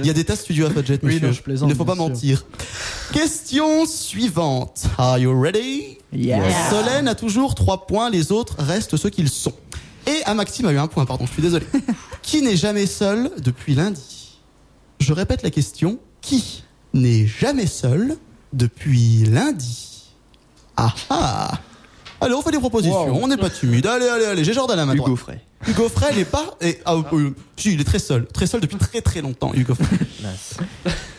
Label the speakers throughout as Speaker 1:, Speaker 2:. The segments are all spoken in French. Speaker 1: Il y a des tas de studios à Fudget,
Speaker 2: Oui,
Speaker 1: monsieur.
Speaker 2: non, je plaisante,
Speaker 1: Il ne faut pas
Speaker 2: bien sûr.
Speaker 1: mentir. Question suivante. Are you ready?
Speaker 2: Yeah.
Speaker 1: Solène a toujours 3 points, les autres restent ceux qu'ils sont. Et à Maxime a eu un point, pardon, je suis désolé. qui n'est jamais seul depuis lundi Je répète la question. Qui n'est jamais seul depuis lundi Ah ah Allez, on fait des propositions,
Speaker 2: Wow.
Speaker 1: on n'est pas timide. Allez, allez, allez, j'ai Jordan à ma droite.
Speaker 3: Hugo Frey.
Speaker 1: Hugo Frey n'est pas. Et, ah, euh, si, il est très seul. Très seul depuis très très longtemps, Hugo Frey.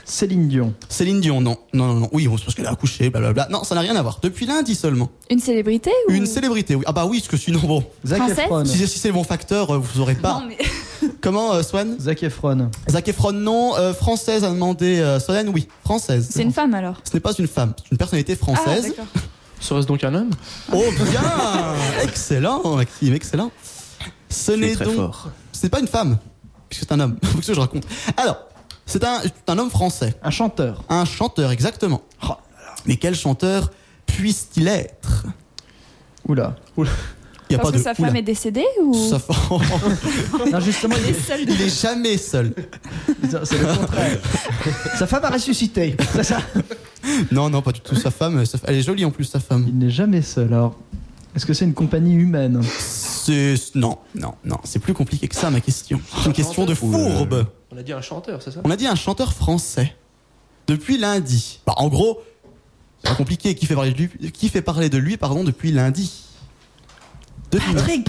Speaker 2: Céline Dion.
Speaker 1: Céline Dion, non. Non, non, non. Oui, c'est parce qu'elle a accouché, blablabla. Non, ça n'a rien à voir. Depuis lundi seulement.
Speaker 4: Une célébrité ou...
Speaker 1: Une célébrité, oui. Ah bah oui, parce que sinon, bon.
Speaker 2: Zac
Speaker 4: Français
Speaker 2: Efron.
Speaker 1: Si, si c'est bon facteur, euh, vous aurez pas.
Speaker 4: Non, mais
Speaker 1: Comment, euh, Swan
Speaker 2: Zac Efron.
Speaker 1: Zac Efron, non. Euh, française a demandé. euh, Solène, oui. Française.
Speaker 4: c'est une femme alors.
Speaker 1: Ce n'est pas une femme, c'est une personnalité
Speaker 4: Ah,
Speaker 1: française.
Speaker 4: d'accord.
Speaker 5: Serait-ce donc un homme
Speaker 1: oh bien Excellent, Maxime, excellent. Ce
Speaker 3: Tu es
Speaker 1: n'est
Speaker 3: très
Speaker 1: donc.
Speaker 3: fort.
Speaker 1: C'est pas une femme, puisque c'est un homme. Faut que je raconte. Alors, c'est un, un homme français.
Speaker 2: Un chanteur.
Speaker 1: Un chanteur, exactement. Mais quel chanteur puisse-t-il être
Speaker 2: Oula.
Speaker 1: Il n'y a
Speaker 4: Parce
Speaker 1: pas
Speaker 4: que
Speaker 1: de.
Speaker 4: sa femme
Speaker 1: oula.
Speaker 4: est décédée ou
Speaker 1: Sa femme-
Speaker 2: Non, justement, il est-
Speaker 4: Seule
Speaker 1: Il est jamais seul.
Speaker 2: c'est le contraire. Sa femme a ressuscité. C'est ça.
Speaker 1: Non, non, pas du tout. Sa femme, sa- elle est jolie en plus, sa femme.
Speaker 2: Il n'est jamais seul. Alors, est-ce que c'est une compagnie humaine
Speaker 1: C'est. Non, non, non. C'est plus compliqué que ça, ma question. C'est une question de fourbe.
Speaker 5: On a dit un chanteur, c'est ça
Speaker 1: On a dit un chanteur français. Depuis lundi. Bah, en gros, c'est pas compliqué. Qui fait parler de lui, qui fait parler de lui pardon, depuis lundi Depuis-
Speaker 2: Patrick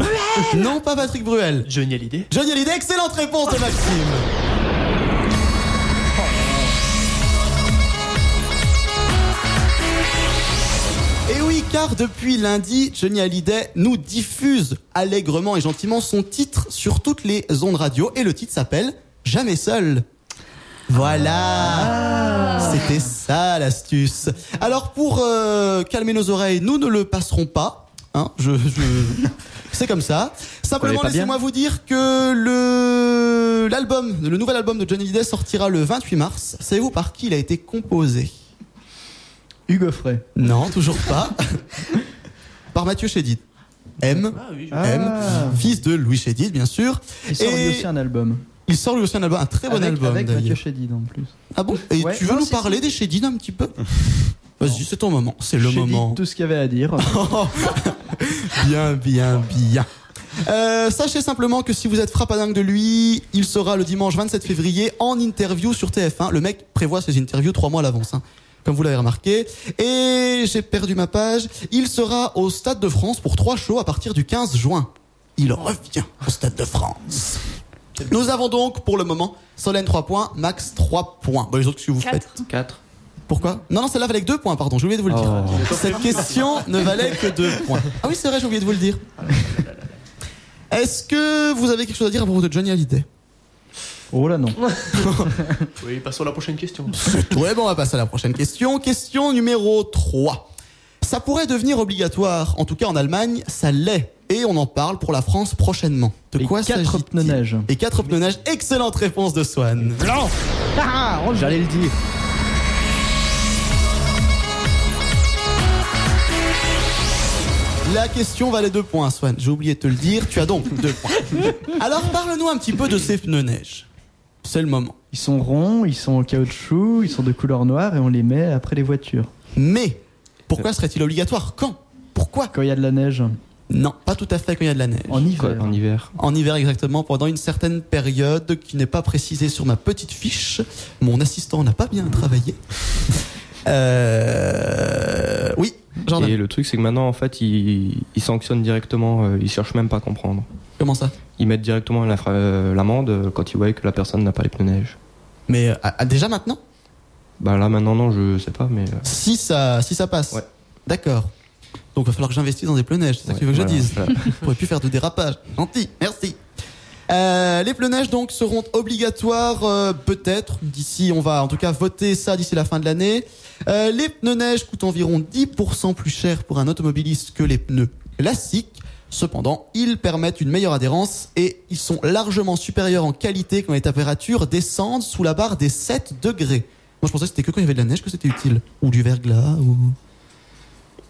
Speaker 1: Non, pas Patrick Bruel.
Speaker 5: Johnny Hallyday.
Speaker 1: Johnny Hallyday, excellente réponse de Maxime. Et oui, car depuis lundi, Johnny Hallyday nous diffuse allègrement et gentiment son titre sur toutes les ondes radio et le titre s'appelle Jamais seul. Voilà,
Speaker 3: Ah.
Speaker 1: c'était ça l'astuce. Alors pour euh, calmer nos oreilles, nous ne le passerons pas. Hein, je, je- c'est comme ça. Simplement,
Speaker 3: pas bien.
Speaker 1: laissez-moi vous dire que le l'album, le nouvel album de Johnny Hallyday sortira le 28 mars. Savez-vous par qui il a été composé
Speaker 2: Hugo Frey.
Speaker 1: Non, toujours pas. par Mathieu Chédid. M.
Speaker 5: Ah oui.
Speaker 2: Ah.
Speaker 1: M. Fils de Louis Chédid, bien sûr.
Speaker 2: Il sort lui
Speaker 1: Et-
Speaker 2: aussi un album.
Speaker 1: Il sort lui aussi un album, un très bon
Speaker 2: avec,
Speaker 1: album
Speaker 2: Avec Mathieu
Speaker 1: d'ailleurs.
Speaker 2: Chédid en plus.
Speaker 1: Ah bon Et
Speaker 2: Ouais.
Speaker 1: tu veux
Speaker 2: Non,
Speaker 1: nous
Speaker 2: si,
Speaker 1: parler
Speaker 2: si.
Speaker 1: des Chédid un petit peu Vas-y, c'est ton moment, c'est le
Speaker 2: Chédid,
Speaker 1: moment.
Speaker 2: tout ce qu'il y avait à dire.
Speaker 1: bien, bien, bien. Euh, sachez simplement que si vous êtes frappadingue de lui, il sera le dimanche 27 février en interview sur TF1. Le mec prévoit ses interviews trois mois à l'avance, hein, comme vous l'avez remarqué. Et j'ai perdu ma page. Il sera au Stade de France pour trois shows à partir du 15 juin. Il revient au Stade de France. Nous avons donc pour le moment Solène 3 points, Max 3 points. Bon, les autres, ce que vous faites.
Speaker 4: 4.
Speaker 5: 4.
Speaker 1: Pourquoi Non, non, celle-là valait que 2 points, pardon, j'ai oublié de
Speaker 2: Ah
Speaker 1: vous le dire. Cette question ne valait que 2 points. Ah oui, c'est vrai, j'ai oublié de vous le dire. Est-ce que vous avez quelque chose à dire à propos de Johnny Hallyday
Speaker 2: Oh là non.
Speaker 5: Oui, passons à la prochaine question.
Speaker 1: Ouais, bon, on va passer à la prochaine question. Question numéro 3. Ça pourrait devenir obligatoire, en tout cas en Allemagne, ça l'est. Et on en parle pour la France prochainement. De
Speaker 2: Les
Speaker 1: quoi
Speaker 2: quatre
Speaker 1: s'agit-il
Speaker 2: pneus neige.
Speaker 1: Et 4 pneus neige. Excellente réponse de Swan.
Speaker 2: Ah, oh, J'allais le dire.
Speaker 1: La question valait deux points, Swan. J'ai oublié de te le dire. Tu as donc deux points. Alors, parle-nous un petit peu de ces pneus neige. C'est le moment.
Speaker 2: Ils sont ronds, ils sont en caoutchouc, ils sont de couleur noire et on les met après les voitures.
Speaker 1: Mais pourquoi serait-il obligatoire Quand Pourquoi
Speaker 2: Quand il y a de la neige,
Speaker 1: Non, pas tout à fait quand il y a de la neige.
Speaker 2: en hiver.
Speaker 3: En hiver.
Speaker 1: En hiver exactement, pendant une certaine période qui n'est pas précisée sur ma petite fiche. Mon assistant n'a pas bien travaillé. Euh... Oui, Jordan.
Speaker 3: Et le truc, c'est que maintenant, en fait, ils, ils sanctionnent directement, euh, ils cherchent même pas à comprendre.
Speaker 1: Comment ça
Speaker 3: Ils mettent directement la fra- euh, l'amende euh, quand ils voient que la personne n'a pas les pneus neige.
Speaker 1: Mais euh, ah, déjà maintenant
Speaker 3: Bah là, maintenant, non, je sais pas, mais. euh,
Speaker 1: Si ça, si ça passe.
Speaker 3: Ouais.
Speaker 1: D'accord. Donc va falloir que j'investisse dans des pneus neige, c'est ça que tu veux que
Speaker 3: voilà,
Speaker 1: je dise.
Speaker 3: voilà.
Speaker 1: Je pourrais plus faire de dérapage. Gentil, merci. Euh, les pneus neige donc seront obligatoires euh, peut-être d'ici on va en tout cas voter ça d'ici la fin de l'année. Euh, les pneus neige coûtent environ 10% plus cher pour un automobiliste que les pneus classiques. Cependant, ils permettent une meilleure adhérence et ils sont largement supérieurs en qualité quand les températures descendent sous la barre des 7 degrés. Moi je pensais que c'était que quand il y avait de la neige que c'était utile ou du verglas ou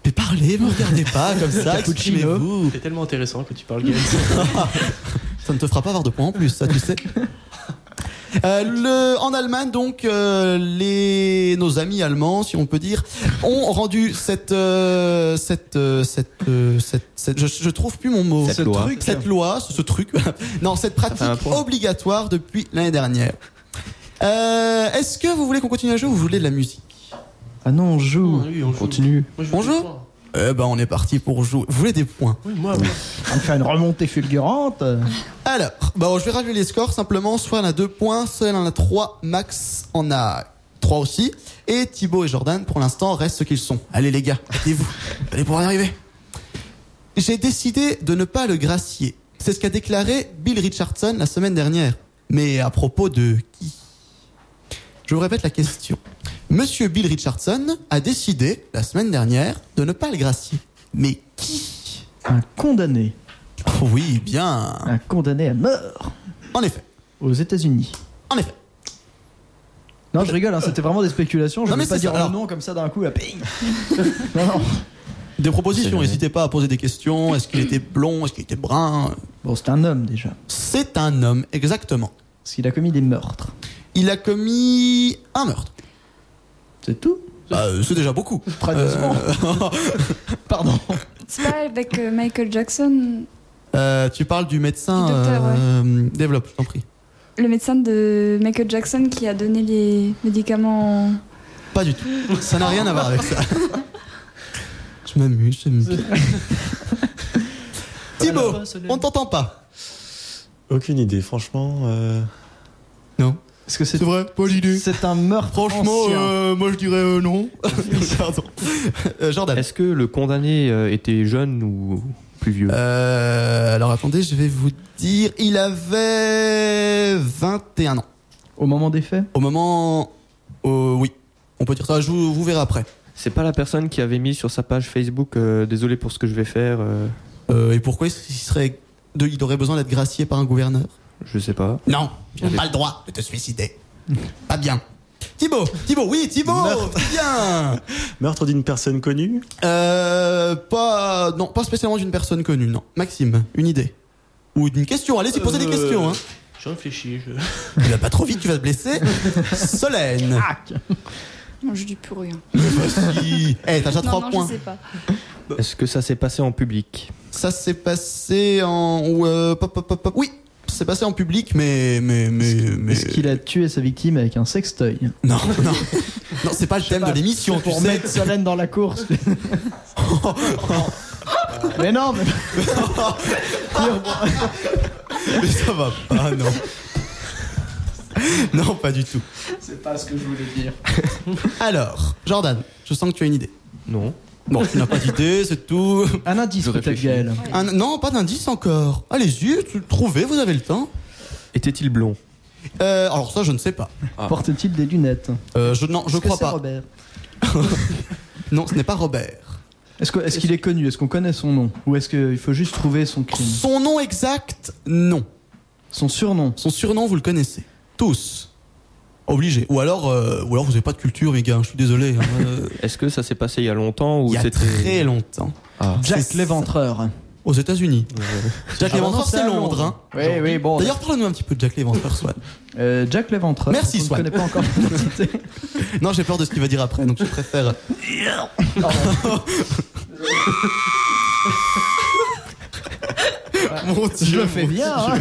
Speaker 1: Mais parlez, me regardez pas comme ça,
Speaker 2: Cappuccino.
Speaker 1: exprimez-vous.
Speaker 5: C'est tellement intéressant que tu parles Gaël.
Speaker 1: Ça ne te fera pas avoir de points en plus, ça tu sais. Euh, le, en Allemagne, donc, euh, les, nos amis allemands, si on peut dire, ont rendu cette, euh, cette, euh, cette, euh, cette, cette- je, je trouve plus mon mot.
Speaker 3: Cette loi.
Speaker 1: Cette loi, ce, ce truc, non, cette pratique
Speaker 3: fait un point.
Speaker 1: obligatoire depuis l'année dernière. Euh, Est-ce que vous voulez qu'on continue à jouer ou vous voulez de la musique
Speaker 2: Ah non, on joue.
Speaker 5: Oui, on joue.
Speaker 3: Continue.
Speaker 5: Moi, je veux
Speaker 1: Bonjour.
Speaker 5: des points.
Speaker 1: Eh ben, on est parti pour jouer. Vous voulez des points
Speaker 5: Oui, moi, moi.
Speaker 2: On fait une remontée fulgurante.
Speaker 1: Alors, bah, je vais rajouter les scores simplement. Soit elle a 2 points, soit elle en a 3. Max en a 3 aussi. Et Thibaut et Jordan, pour l'instant, restent ce qu'ils sont. Allez les gars, battez-vous. Vous allez pouvoir y arriver. J'ai décidé de ne pas le gracier. C'est ce qu'a déclaré Bill Richardson la semaine dernière. Mais à propos de qui Je vous répète la question. Monsieur Bill Richardson a décidé, la semaine dernière, de ne pas le gracier. Mais qui
Speaker 2: Un condamné.
Speaker 1: Oh Oui, bien.
Speaker 2: Un condamné à mort
Speaker 1: En effet.
Speaker 2: aux États-Unis.
Speaker 1: En effet.
Speaker 2: Non, je rigole, hein, c'était vraiment des spéculations. Je
Speaker 1: Non,
Speaker 2: ne
Speaker 1: mais
Speaker 2: vais pas
Speaker 1: c'est
Speaker 2: dire
Speaker 1: ça,
Speaker 2: le
Speaker 1: alors.
Speaker 2: nom comme ça d'un coup, à ping Non, non.
Speaker 1: Des
Speaker 3: C'est
Speaker 1: propositions,
Speaker 3: vrai.
Speaker 1: n'hésitez pas à poser des questions. Est-ce qu'il était blond Est-ce qu'il était brun
Speaker 2: Bon, c'est un homme déjà.
Speaker 1: C'est un homme, exactement.
Speaker 2: Parce qu'il a commis des meurtres.
Speaker 1: Il a commis un meurtre.
Speaker 2: C'est tout
Speaker 1: Bah, euh, c'est déjà beaucoup. Euh,
Speaker 2: Très doucement. Pardon.
Speaker 4: C'est pas avec euh, Michael Jackson,
Speaker 1: Euh, tu parles du médecin.
Speaker 4: Du docteur, ouais.
Speaker 1: euh, Développe, je t'en prie.
Speaker 4: le médecin de Michael Jackson qui a donné les médicaments.
Speaker 1: Pas du tout. Ça n'a rien à voir avec ça. je m'amuse, je m'amuse. Thibaut, on t'entend pas.
Speaker 6: Aucune idée, franchement. euh,
Speaker 1: Non.
Speaker 2: Est-ce que c'est
Speaker 1: vrai, pas l'idée.
Speaker 2: c'est un meurtre ancien
Speaker 1: moi je dirais euh, non. Pardon. Euh, Jordan.
Speaker 3: Est-ce que le condamné euh, était jeune ou plus vieux
Speaker 1: Euh, alors attendez, je vais vous dire, il avait 21 ans.
Speaker 2: Au moment des faits
Speaker 1: Au moment... euh, oui, on peut dire ça, je vous, vous verrez après.
Speaker 3: C'est pas la personne qui avait mis sur sa page Facebook euh, désolé pour ce que je vais faire, euh,
Speaker 1: Euh, et pourquoi est-ce qu'il serait... de- il aurait besoin d'être gracié par un gouverneur
Speaker 3: je sais pas.
Speaker 1: Non,
Speaker 3: Allez.
Speaker 1: pas le droit de te suicider. pas bien. Thibaut, Thibaut, oui, Thibaut,
Speaker 6: Meurtre.
Speaker 1: bien.
Speaker 6: Meurtre d'une personne connue
Speaker 1: Euh, pas, non, pas spécialement d'une personne connue, non. Maxime, une idée ou d'une question. Allez-y, posez des
Speaker 5: Euh,
Speaker 1: questions. Hein.
Speaker 5: Je réfléchis. Je...
Speaker 1: Tu vas pas trop vite, tu vas te blesser. Solène.
Speaker 2: Tac
Speaker 4: Non, je dis plus rien.
Speaker 1: Eh, t'as déjà 3
Speaker 4: non, non,
Speaker 1: points.
Speaker 4: je sais pas.
Speaker 1: Bah.
Speaker 3: Est-ce que ça s'est passé en public
Speaker 1: Ça s'est passé en. ou, euh, pop, pop, pop, pop. Oui, ça s'est passé en public, mais. mais, mais, mais...
Speaker 2: Est-ce qu'il a tué sa victime avec un sextoy
Speaker 1: Non, non. non, c'est pas le thème
Speaker 2: pas,
Speaker 1: de l'émission,
Speaker 2: C'est
Speaker 1: tu
Speaker 2: pour
Speaker 1: sais.
Speaker 2: mettre Solène dans la course. mais non, mais...
Speaker 1: Mais ça va pas, non. non, pas du tout.
Speaker 2: c'est pas ce que je voulais dire.
Speaker 1: Alors, Jordan, je sens que tu as une idée.
Speaker 3: Non.
Speaker 1: Bon, tu n'as pas d'idée, c'est tout.
Speaker 2: Un indice
Speaker 3: Je
Speaker 2: peut-être,
Speaker 3: réfléchis.
Speaker 2: Gaël.
Speaker 1: Un- non, pas d'indice encore. Allez-y, tu- trouvez, vous avez le temps.
Speaker 3: Était-il blond
Speaker 1: Euh, alors, ça, je ne sais pas.
Speaker 3: Ah.
Speaker 2: Porte-t-il des lunettes
Speaker 1: Euh, je, non, je
Speaker 2: Est-ce que
Speaker 1: crois
Speaker 2: c'est
Speaker 1: pas.
Speaker 2: Robert
Speaker 1: Non, ce n'est pas Robert.
Speaker 2: Est-ce que- est-ce qu'il est, connu Est-ce qu'on connaît son nom Ou est-ce qu'il faut juste trouver son crime
Speaker 1: Son nom exact, non.
Speaker 2: Son surnom
Speaker 1: Son surnom, vous le connaissez. Tous. Obligé. Ou alors, euh, ou alors vous n'avez pas de culture, les gars. Je suis désolé. hein. Euh,
Speaker 3: Est-ce que ça s'est passé il y a longtemps ou
Speaker 1: Il y a
Speaker 3: c'était
Speaker 1: très longtemps.
Speaker 3: Ah.
Speaker 2: Jack
Speaker 1: C'est-
Speaker 2: l'Éventreur.
Speaker 1: Aux États-Unis. Jack
Speaker 2: Ah, non,
Speaker 1: Léventreur, c'est
Speaker 2: à
Speaker 1: Londres. hein.
Speaker 2: Oui, oui, bon.
Speaker 1: D'ailleurs, parle-nous un petit peu de Jack Léventreur, Swan.
Speaker 2: Euh, Jack l'Éventreur.
Speaker 1: Merci,
Speaker 2: on ne
Speaker 1: Swan.
Speaker 2: connaît pas encore l'identité.
Speaker 1: Non, j'ai peur de ce qu'il va dire après, donc je préfère. Mon Dieu,
Speaker 2: Je le
Speaker 1: mon
Speaker 2: fais bien. hein.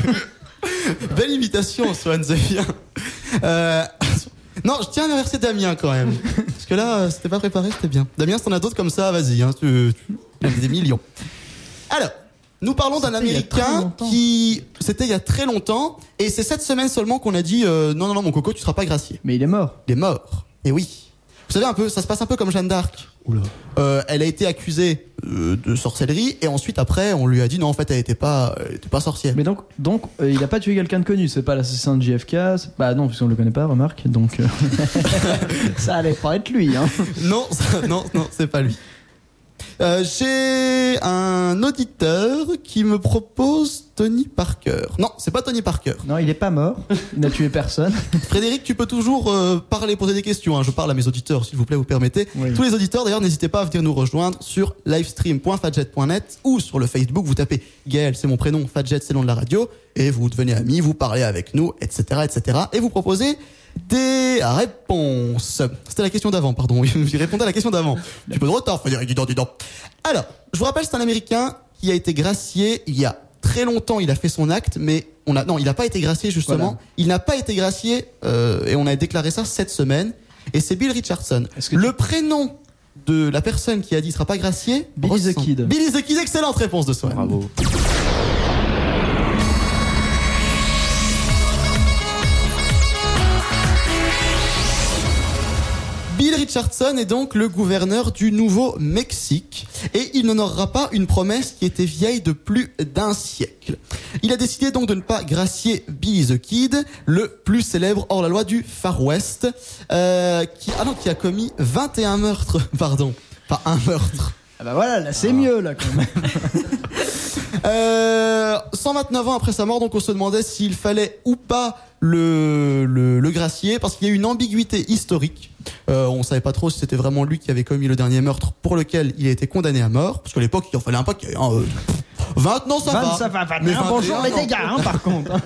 Speaker 1: Belle imitation, Swan, c'est bien. Euh, Non, je tiens à remercier Damien quand même. Parce que là, euh, c'était pas préparé, c'était bien. Damien, si t'en as d'autres comme ça, vas-y, hein, tu, tu- il y en a des millions. Alors, nous parlons d'un
Speaker 2: C'était il y a très
Speaker 1: Américain
Speaker 2: longtemps.
Speaker 1: qui. C'était il y a très longtemps, et c'est cette semaine seulement qu'on a dit euh, non, non, non, mon coco, tu seras pas gracié.
Speaker 2: Mais il est mort.
Speaker 1: Il est mort. Et oui. Vous savez un peu, ça se passe un peu comme Jeanne d'Arc. Euh, elle a été accusée euh, de sorcellerie, et ensuite, après, on lui a dit non, en fait, elle était pas, elle était pas sorcière.
Speaker 2: Mais donc, donc euh, il a pas tué quelqu'un de connu, c'est pas l'assassin de JFK, c'est- bah non, puisqu'on le connaît pas, remarque, donc. euh, ça allait pas être lui, hein.
Speaker 1: Non, ça- non, non, c'est pas lui. Euh, J'ai un auditeur qui me propose Tony Parker. Non, c'est pas Tony Parker.
Speaker 2: Non, il est pas mort. Il n'a tué personne.
Speaker 1: Frédéric, tu peux toujours euh, parler, poser des questions. hein. Je parle à mes auditeurs, s'il vous plaît, vous permettez.
Speaker 2: Oui.
Speaker 1: Tous les auditeurs, d'ailleurs, n'hésitez pas à venir nous rejoindre sur livestream.fadjet.net ou sur le Facebook. Vous tapez Gaël, c'est mon prénom, Fadjet, c'est le nom de la radio. Et vous devenez amis, vous parlez avec nous, etc., etc. Et vous proposez des réponses. C'était la question d'avant, pardon. J'y répondais à la question d'avant. Un petit peu de retard, Frédéric, dis donc, dis donc. Alors, je vous rappelle, c'est un Américain qui a été gracié il y a très longtemps. Il a fait son acte, mais on a, non, il n'a pas été gracié justement.
Speaker 2: Voilà.
Speaker 1: Il n'a pas été gracié euh, et on a déclaré ça cette semaine. Et c'est Bill Richardson.
Speaker 2: Est-ce que
Speaker 1: Le prénom de la personne qui a dit sera pas gracié.
Speaker 2: Billy
Speaker 1: ressemble-
Speaker 2: the Kid.
Speaker 1: Billy the Kid, excellente réponse de Swan.
Speaker 3: Bravo.
Speaker 1: Bill Richardson est donc le gouverneur du Nouveau-Mexique et il n'honorera pas une promesse qui était vieille de plus d'un siècle. Il a décidé donc de ne pas gracier Billy the Kid, le plus célèbre hors la loi du Far West, euh, qui, ah non, qui a commis 21 meurtres, pardon, pas un meurtre.
Speaker 2: Ah bah voilà, là c'est mieux là quand même.
Speaker 1: Euh, 129 ans après sa mort, donc on se demandait s'il fallait ou pas le, le, le gracier, parce qu'il y a eu une ambiguïté historique. Euh, on savait pas trop si c'était vraiment lui qui avait commis le dernier meurtre pour lequel il a été condamné à mort, parce qu'à l'époque, il en fallait un paquet. Hein, euh, 20, non, ça
Speaker 2: Van,
Speaker 1: va.
Speaker 2: ça va, Van,
Speaker 1: Mais
Speaker 2: hein, bonjour
Speaker 1: 21,
Speaker 2: les
Speaker 1: non.
Speaker 2: dégâts hein, par contre. hein.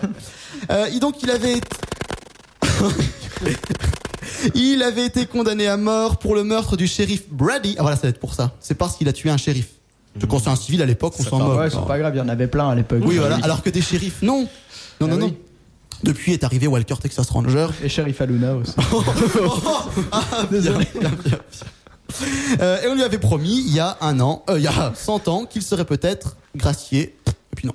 Speaker 1: Euh, et donc il avait été- Il avait été condamné à mort pour le meurtre du shérif Brady. Ah voilà, ça va être pour ça. C'est parce qu'il a tué un shérif. Parce que Quand c'est un civil à l'époque, on s'en moque.
Speaker 2: Ah, ouais, c'est pas grave, il y en avait plein à l'époque.
Speaker 1: Oui, voilà. Alors que des shérifs, non. Non,
Speaker 2: Ah
Speaker 1: non,
Speaker 2: oui.
Speaker 1: non. Depuis est arrivé Walker Texas Ranger.
Speaker 2: Et Sheriff Aluna aussi.
Speaker 1: Bien, bien, bien, bien. Euh, et on lui avait promis il y a un an, euh, il y a 100 ans, qu'il serait peut-être gracié. Et puis non.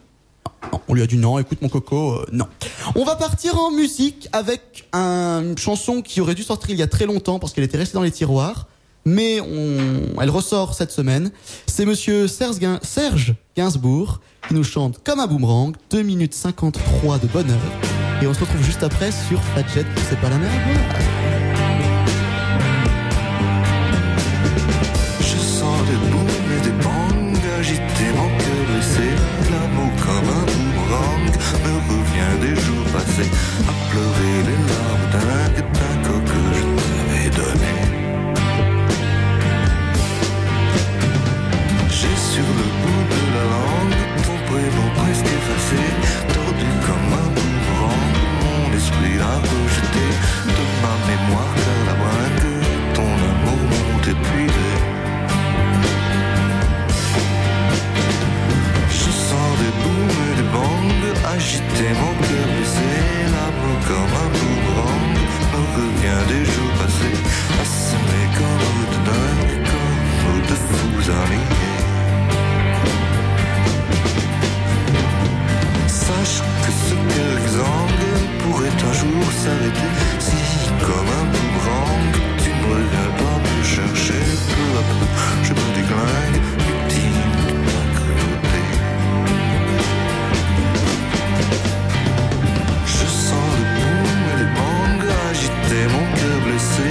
Speaker 1: Non, non. On lui a dit non, écoute mon coco, euh, non. On va partir en musique avec un- une chanson qui aurait dû sortir il y a très longtemps parce qu'elle était restée dans les tiroirs. Mais on, elle ressort cette semaine. C'est monsieur Serge, Guin- Serge Gainsbourg qui nous chante comme un boomerang, 2 minutes 53 de bonheur. Et on se retrouve juste après sur Fatjet, c'est pas la merde.
Speaker 7: Je sens des boum et des bangs agiter mon cœur blessé. L'amour comme un boomerang me revient des jours passés à pleurer les larmes d'un gatin que je t'avais donné. J'ai sur le bout de la langue ton prénom presque effacé, tordu comme un boomerang. Mon esprit l'a rejeté de ma mémoire car la bringue, ton amour m'ont épuisé. Je sens des booms et des bangs agiter mon cœur blessé. L'âme comme un boomerang me revient des jours passés. Assommé comme de dingue, comme de fous alignés. Sache que ce cœur exsangue pourrait un jour s'arrêter. Si, comme un boomerang, tu ne reviens pas me chercher. Peu à peu, je me déglingue, victime de ma cruauté. Je sens le boum et les mangues agiter mon cœur blessé.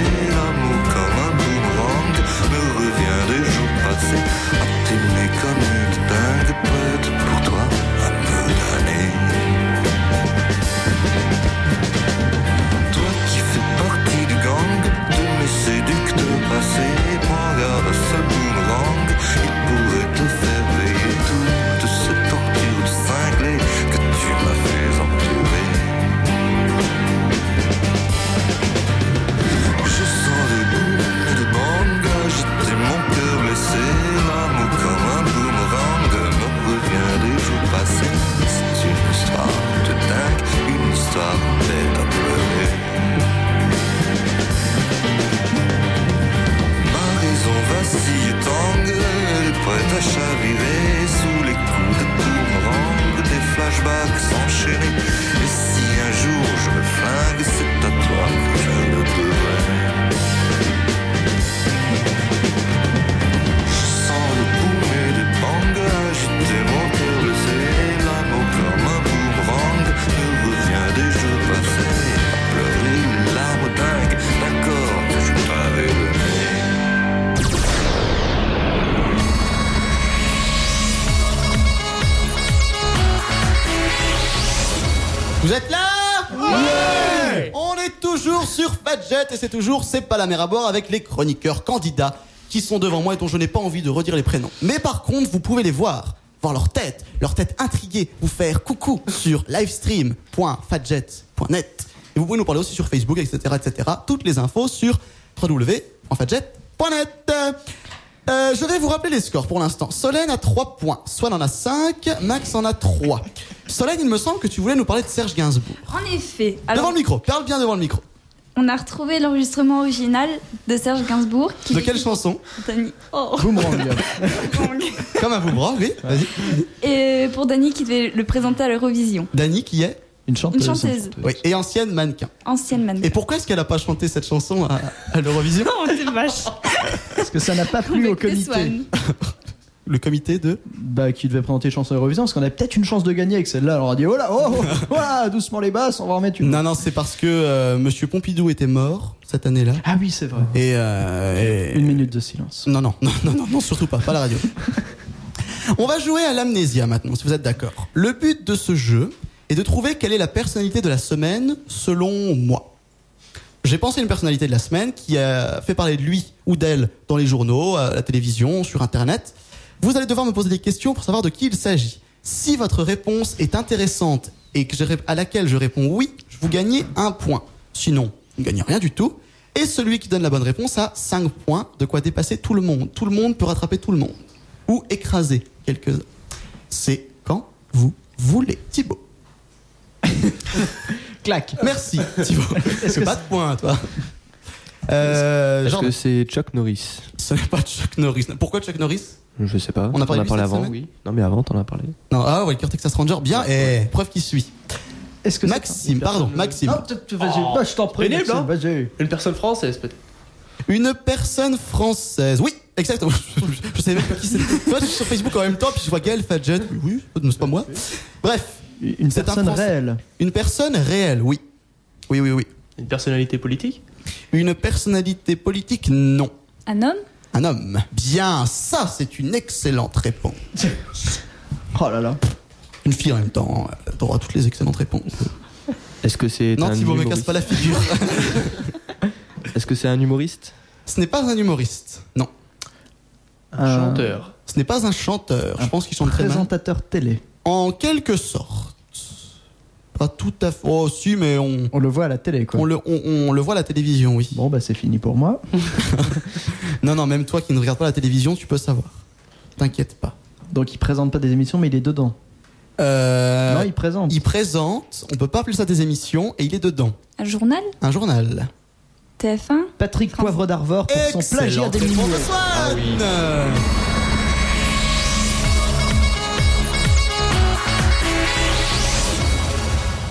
Speaker 1: sur Fadjet et c'est toujours C'est pas la mer à boire avec les chroniqueurs candidats qui sont devant moi et dont je n'ai pas envie de redire les prénoms. Mais par contre, vous pouvez les voir, voir leur tête, leur tête intriguée, vous faire coucou sur livestream.fadjet.net. Et vous pouvez nous parler aussi sur Facebook, etc. etc. Toutes les infos sur www.fadjet.net. Euh, je vais vous rappeler les scores pour l'instant. Solène a 3 points, Swan en a 5, Max en a 3. Solène, il me semble que tu voulais nous parler de Serge Gainsbourg.
Speaker 4: En effet,
Speaker 1: devant
Speaker 4: alors
Speaker 1: le micro, parle bien devant le micro.
Speaker 4: on a retrouvé l'enregistrement original de Serge Gainsbourg. Qui
Speaker 1: De quelle chanson
Speaker 4: Dany. Oh,
Speaker 2: Boomerang.
Speaker 4: bang.
Speaker 1: Comme à vous bras, oui. Vas-y.
Speaker 4: Et euh, pour Dany qui devait le présenter à l'Eurovision.
Speaker 1: Dany qui est
Speaker 2: Une chanteuse.
Speaker 4: Une chanteuse.
Speaker 1: oui, et ancienne mannequin.
Speaker 4: Ancienne man.
Speaker 1: Et pourquoi est-ce qu'elle a pas chanté cette chanson à, à l'Eurovision
Speaker 4: Oh, c'est vache.
Speaker 2: Parce que ça n'a pas plu
Speaker 4: Avec
Speaker 2: au
Speaker 4: des
Speaker 2: comité.
Speaker 4: Swan.
Speaker 1: Le comité de
Speaker 2: Bah, qui devait présenter les chansons Eurovision, parce qu'on a peut-être une chance de gagner avec celle-là. Alors on a dit, oh là, oh, oh, oh là, doucement les basses, on va en mettre une.
Speaker 1: Non, non, c'est parce que euh, Monsieur Pompidou était mort cette année-là.
Speaker 2: Ah oui, c'est vrai.
Speaker 1: Et, euh, et-
Speaker 2: Une minute de silence.
Speaker 1: Non, non, non, non, non, non, surtout pas, pas la radio. On va jouer à l'amnésia maintenant, si vous êtes d'accord. Le but de ce jeu est de trouver quelle est la personnalité de la semaine selon moi. J'ai pensé à une personnalité de la semaine qui a fait parler de lui ou d'elle dans les journaux, à la télévision, sur Internet. Vous allez devoir me poser des questions pour savoir de qui il s'agit. Si votre réponse est intéressante et que je rép- à laquelle je réponds oui, vous gagnez un point. Sinon, vous ne gagnez rien du tout. Et celui qui donne la bonne réponse a 5 points, de quoi dépasser tout le monde. Tout le monde peut rattraper tout le monde. Ou écraser quelques-uns. C'est quand vous voulez. Thibaut.
Speaker 2: Clac.
Speaker 1: Merci, Thibaut.
Speaker 2: Est-ce
Speaker 1: C'est
Speaker 2: que
Speaker 1: pas de points, toi. Euh,
Speaker 3: Est-ce
Speaker 1: genre,
Speaker 3: que c'est Chuck Norris
Speaker 1: ce n'est pas Chuck Norris. Pourquoi Chuck Norris
Speaker 3: Je sais pas.
Speaker 1: On a parlé de lui cette
Speaker 3: parlé avant.
Speaker 1: semaine
Speaker 3: Oui. Non, mais avant, t'en as parlé.
Speaker 1: Non, ah, Walker Texas Ranger, bien, et preuve qui suit.
Speaker 2: Est-ce que c'est-
Speaker 1: Maxime, pardon, Maxime.
Speaker 2: Ah, peut-être- vas-y,
Speaker 5: Oh.
Speaker 2: bah, je t'en prie.
Speaker 5: Pénible,
Speaker 2: Maxime,
Speaker 5: hein
Speaker 2: vas-y.
Speaker 5: Une personne française, peut-être.
Speaker 1: Une personne française. Oui, exactement. je savais même pas qui c'était. Toi, je suis sur Facebook en même temps, puis je vois Gaël Fadjet. Oui, c'est pas moi. Bref,
Speaker 2: Une
Speaker 1: C'est un
Speaker 2: personne
Speaker 1: Français.
Speaker 2: réelle.
Speaker 1: une personne réelle, oui. Oui, oui, oui.
Speaker 5: Une personnalité politique.
Speaker 1: Une personnalité politique, non.
Speaker 4: Un homme
Speaker 1: Un homme. Bien, ça, c'est une excellente réponse.
Speaker 2: Oh là là.
Speaker 1: Une fille en même temps, euh, t'auras toutes les excellentes réponses.
Speaker 3: Est-ce que c'est
Speaker 1: Non,
Speaker 3: un
Speaker 1: Thibaut, me
Speaker 3: humoriste
Speaker 1: casse pas la figure.
Speaker 3: Est-ce que c'est un humoriste
Speaker 1: Ce n'est pas un humoriste. Non.
Speaker 5: Un
Speaker 1: Euh.
Speaker 2: Un-
Speaker 5: chanteur.
Speaker 1: Ce n'est pas un chanteur. Je
Speaker 2: Un
Speaker 1: pense qu'il chante très mal.
Speaker 2: Présentateur télé.
Speaker 1: En quelque sorte. Pas tout à fait. Oh, si, mais on,
Speaker 2: On le voit à la télé, quoi.
Speaker 1: on, le, on, on le voit à la télévision, oui.
Speaker 2: Bon, bah, c'est fini pour moi.
Speaker 1: Non, non, même toi qui ne regarde pas la télévision, tu peux savoir. T'inquiète pas.
Speaker 2: Donc, il présente pas des émissions, mais il est dedans.
Speaker 1: Euh,
Speaker 2: non, il présente.
Speaker 1: il présente, on peut pas appeler ça des émissions, et il est dedans.
Speaker 4: Un journal
Speaker 1: Un journal.
Speaker 4: TF1
Speaker 2: Patrick Poivre d'Arvor pour son plagiat des milliers.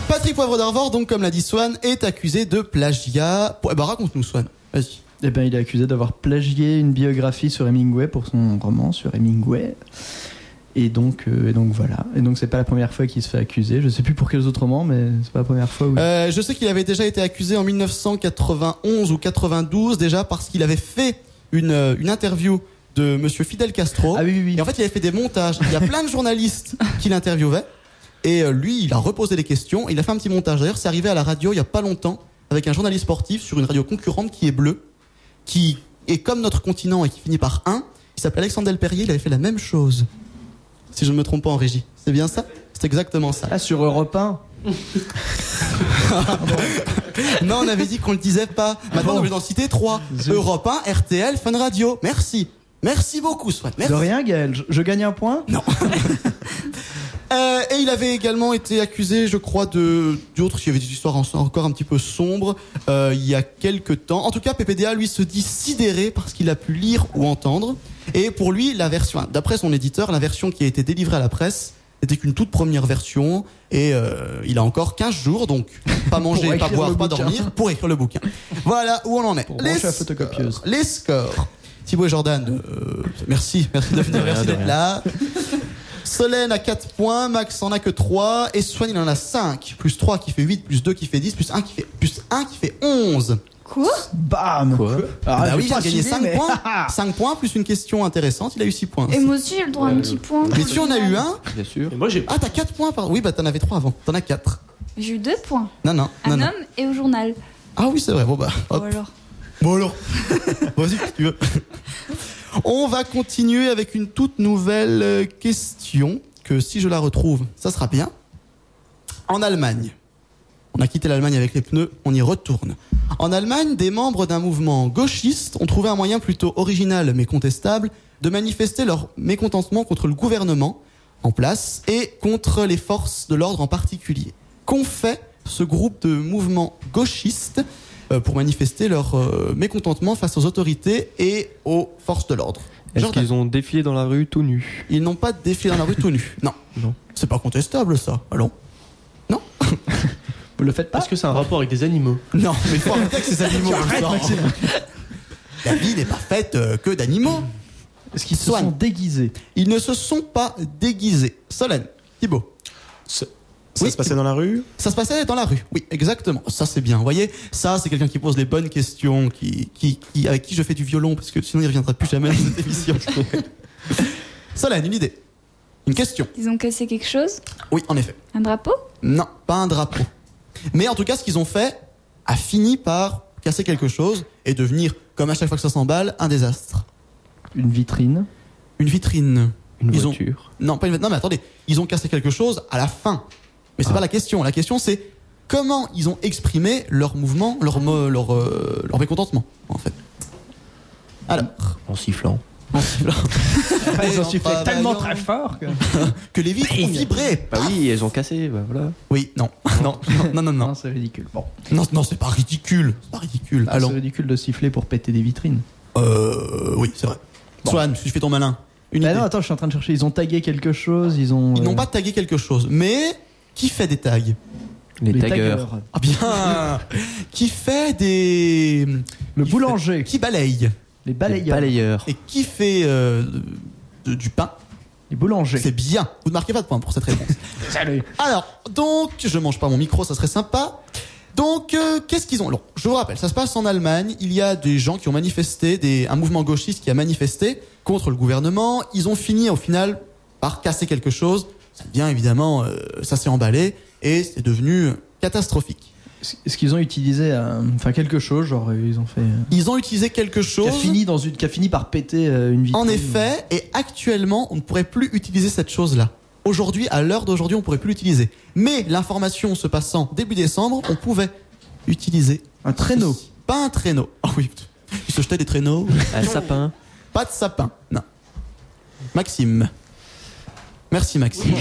Speaker 1: Patrick Poivre d'Arvor, donc comme l'a dit Swan, est accusé de plagiat. Eh ben, raconte-nous Swan, vas-y.
Speaker 2: Eh ben, il est accusé d'avoir plagié une biographie sur Hemingway pour son roman sur Hemingway. Et donc, euh, et donc voilà. Et donc, c'est pas la première fois qu'il se fait accuser. Je sais plus pour quels autres romans, mais c'est pas la première fois où.
Speaker 1: Euh, je sais qu'il avait déjà été accusé en 1991 ou 92 déjà parce qu'il avait fait une, euh, une interview de Monsieur Fidel Castro.
Speaker 2: ah oui, oui, oui.
Speaker 1: oh. Et en fait, il avait fait des montages. Il y a plein de journalistes qui l'interviewaient. Et euh, lui, il a reposé des questions. Il a fait un petit montage. D'ailleurs, c'est arrivé à la radio il y a pas longtemps avec un journaliste sportif sur une radio concurrente qui est bleue, qui est comme notre continent et qui finit par 1. Il s'appelle Alexandre Delperrier. Il avait fait la même chose. Si je ne me trompe pas en régie. C'est bien ça C'est exactement ça.
Speaker 2: Ah, sur Europe 1.
Speaker 1: Non, on avait dit qu'on le disait pas. Maintenant, on est obligé d'en citer 3.
Speaker 2: Zut.
Speaker 1: Europe 1, RTL, Fun Radio. Merci. Merci beaucoup, Swan. Merci.
Speaker 2: De rien, Gaël. Je, je gagne un point.
Speaker 1: Euh, et il avait également été accusé, je crois, de d'autres. Il y avait des histoires en- encore un petit peu sombres euh, il y a quelques temps. En tout cas, PPDA lui se dit sidéré parce qu'il a pu lire ou entendre. Et pour lui, la version, d'après son éditeur, la version qui a été délivrée à la presse n'était qu'une toute première version. Et euh, il a encore 15 jours, donc pas manger,
Speaker 2: Pour
Speaker 1: pas
Speaker 2: écrire
Speaker 1: boire,
Speaker 2: le
Speaker 1: pas
Speaker 2: bouquin.
Speaker 1: dormir pour écrire le bouquin. Voilà où on en est.
Speaker 2: Pour brancher la photocopieuse.
Speaker 1: scores- les scores. Thibaut et Jordan, euh, merci, merci de venir, merci d'être là. Solène a 4 points, Max en a que 3, et Swan il en a 5, plus 3 qui fait 8, plus 2 qui fait 10, plus 1 qui fait, plus 1 qui fait 11.
Speaker 4: Quoi
Speaker 2: Bam.
Speaker 3: Quoi
Speaker 2: Ah,
Speaker 1: bah
Speaker 2: j'ai
Speaker 1: oui, il
Speaker 2: pas
Speaker 1: a gagné
Speaker 2: suivi,
Speaker 1: 5
Speaker 2: mais- Ah.
Speaker 1: points. 5 points plus une question intéressante, il a eu 6 points.
Speaker 4: Et moi aussi j'ai le droit à un petit point.
Speaker 1: Euh, Mais tu en as eu un
Speaker 3: Bien sûr.
Speaker 5: Et moi, j'ai.
Speaker 1: Ah, t'as 4 points, pardon. Oui, bah t'en avais 3 avant, t'en as 4.
Speaker 4: J'ai eu deux points.
Speaker 1: Non, non,
Speaker 4: Un
Speaker 1: non, non.
Speaker 4: homme et au journal.
Speaker 1: Ah oui, c'est vrai. Bon, bah, hop.
Speaker 4: Ou alors.
Speaker 1: Bon alors, vas-y si tu veux. On va continuer avec une toute nouvelle euh, question que si je la retrouve, ça sera bien. En Allemagne, on a quitté l'Allemagne avec les pneus, on y retourne. En Allemagne, des membres d'un mouvement gauchiste ont trouvé un moyen plutôt original mais contestable de manifester leur mécontentement contre le gouvernement en place et contre les forces de l'ordre en particulier. Qu'ont fait ce groupe de mouvements gauchistes euh, pour manifester leur euh, mécontentement face aux autorités et aux forces de l'ordre.
Speaker 3: Est-ce
Speaker 1: Jordan.
Speaker 3: qu'ils ont défilé dans la rue tout nus
Speaker 1: Ils n'ont pas défilé dans la rue tout nu. Non.
Speaker 3: Non.
Speaker 1: C'est pas contestable ça. Allons.
Speaker 2: Vous le faites pas
Speaker 5: Est-ce que c'est un rapport avec des animaux
Speaker 1: Non, mais faut arrêter avec ces animaux. hein, genre. La vie n'est pas faite euh, que d'animaux.
Speaker 2: Est-ce qu'ils se
Speaker 1: Swan.
Speaker 2: sont déguisés
Speaker 1: Ils ne se sont pas déguisés. Solène, Thibaut.
Speaker 6: Ça ça
Speaker 1: Oui.
Speaker 6: se passait dans la rue
Speaker 1: Ça se passait dans la rue. Oui, exactement. Ça c'est bien. Vous voyez, ça c'est quelqu'un qui pose les bonnes questions, qui, qui, qui, avec qui je fais du violon parce que sinon il reviendra plus jamais dans cette émission. Solène, une idée. Une question.
Speaker 4: Ils ont cassé quelque chose
Speaker 1: Oui, en effet.
Speaker 4: Un drapeau
Speaker 1: Non, pas un drapeau. Mais en tout cas, ce qu'ils ont fait a fini par casser quelque chose et devenir, comme à chaque fois que ça s'emballe, un désastre. Ah.
Speaker 2: Une vitrine
Speaker 1: Une vitrine.
Speaker 3: Une
Speaker 1: Ils ont-
Speaker 3: voiture
Speaker 1: Non, pas une Non, mais attendez, ils ont cassé quelque chose à la fin. Mais c'est
Speaker 3: Ah.
Speaker 1: pas la question. La question, c'est comment ils ont exprimé leur mouvement, leur, mo- leur, euh, leur mécontentement, en fait. Alors,
Speaker 3: En sifflant.
Speaker 1: en sifflant.
Speaker 2: Ils ont
Speaker 1: en
Speaker 2: sifflé
Speaker 1: travaillant
Speaker 2: tellement très fort que...
Speaker 1: que les vitres ont vibré.
Speaker 3: Bah oui, elles ont cassé, bah voilà.
Speaker 1: Oui, non, non, non, non, non,
Speaker 2: Non, c'est ridicule. Bon, Ah,
Speaker 1: non, non, c'est pas ridicule, c'est pas
Speaker 3: Ah,
Speaker 1: ridicule.
Speaker 2: c'est
Speaker 1: Allons.
Speaker 2: ridicule de siffler pour péter des vitrines.
Speaker 1: Euh, oui, c'est vrai. Swan, je fais ton malin. Une
Speaker 2: Bah
Speaker 1: idée.
Speaker 2: non, attends, je suis en train de chercher. Ils ont tagué quelque chose, ils ont...
Speaker 1: Ils
Speaker 2: euh,
Speaker 1: n'ont pas tagué quelque chose, mais qui fait des tags
Speaker 3: Les,
Speaker 2: les
Speaker 3: taggers.
Speaker 2: taggeurs.
Speaker 1: Ah bien Qui fait des...
Speaker 2: Le
Speaker 1: Qui
Speaker 2: boulanger,
Speaker 1: fait- Qui balaye
Speaker 2: les
Speaker 3: Les
Speaker 2: balayeurs, les,
Speaker 3: balayeurs.
Speaker 1: Et qui fait euh, de- du pain
Speaker 2: boulangers.
Speaker 1: C'est bien. Vous ne marquez pas de points pour cette réponse.
Speaker 2: Salut.
Speaker 1: Alors, donc, je mange pas mon micro, ça serait sympa. Donc, euh, qu'est-ce qu'ils ont Alors, je vous rappelle, ça se passe en Allemagne. Il y a des gens qui ont manifesté, des, un mouvement gauchiste qui a manifesté contre le gouvernement. Ils ont fini, au final, par casser quelque chose. Ça devient évidemment, euh, ça s'est emballé et c'est devenu catastrophique.
Speaker 2: Est-ce qu'ils ont utilisé euh, enfin quelque chose, genre euh, ils ont fait euh,
Speaker 1: Ils ont utilisé quelque chose.
Speaker 2: qui a fini dans une qui a fini par péter euh, une vitrine.
Speaker 1: En effet, et actuellement, on ne pourrait plus utiliser cette chose-là. Aujourd'hui, à l'heure d'aujourd'hui, on ne pourrait plus l'utiliser. Mais l'information se passant début décembre, on pouvait utiliser
Speaker 2: un traîneau.
Speaker 1: ceci. Pas un traîneau. Ah oui, putain. il se jetait des traîneaux.
Speaker 3: Un sapin.
Speaker 1: Pas de sapin, non. Maxime. Merci Maxime.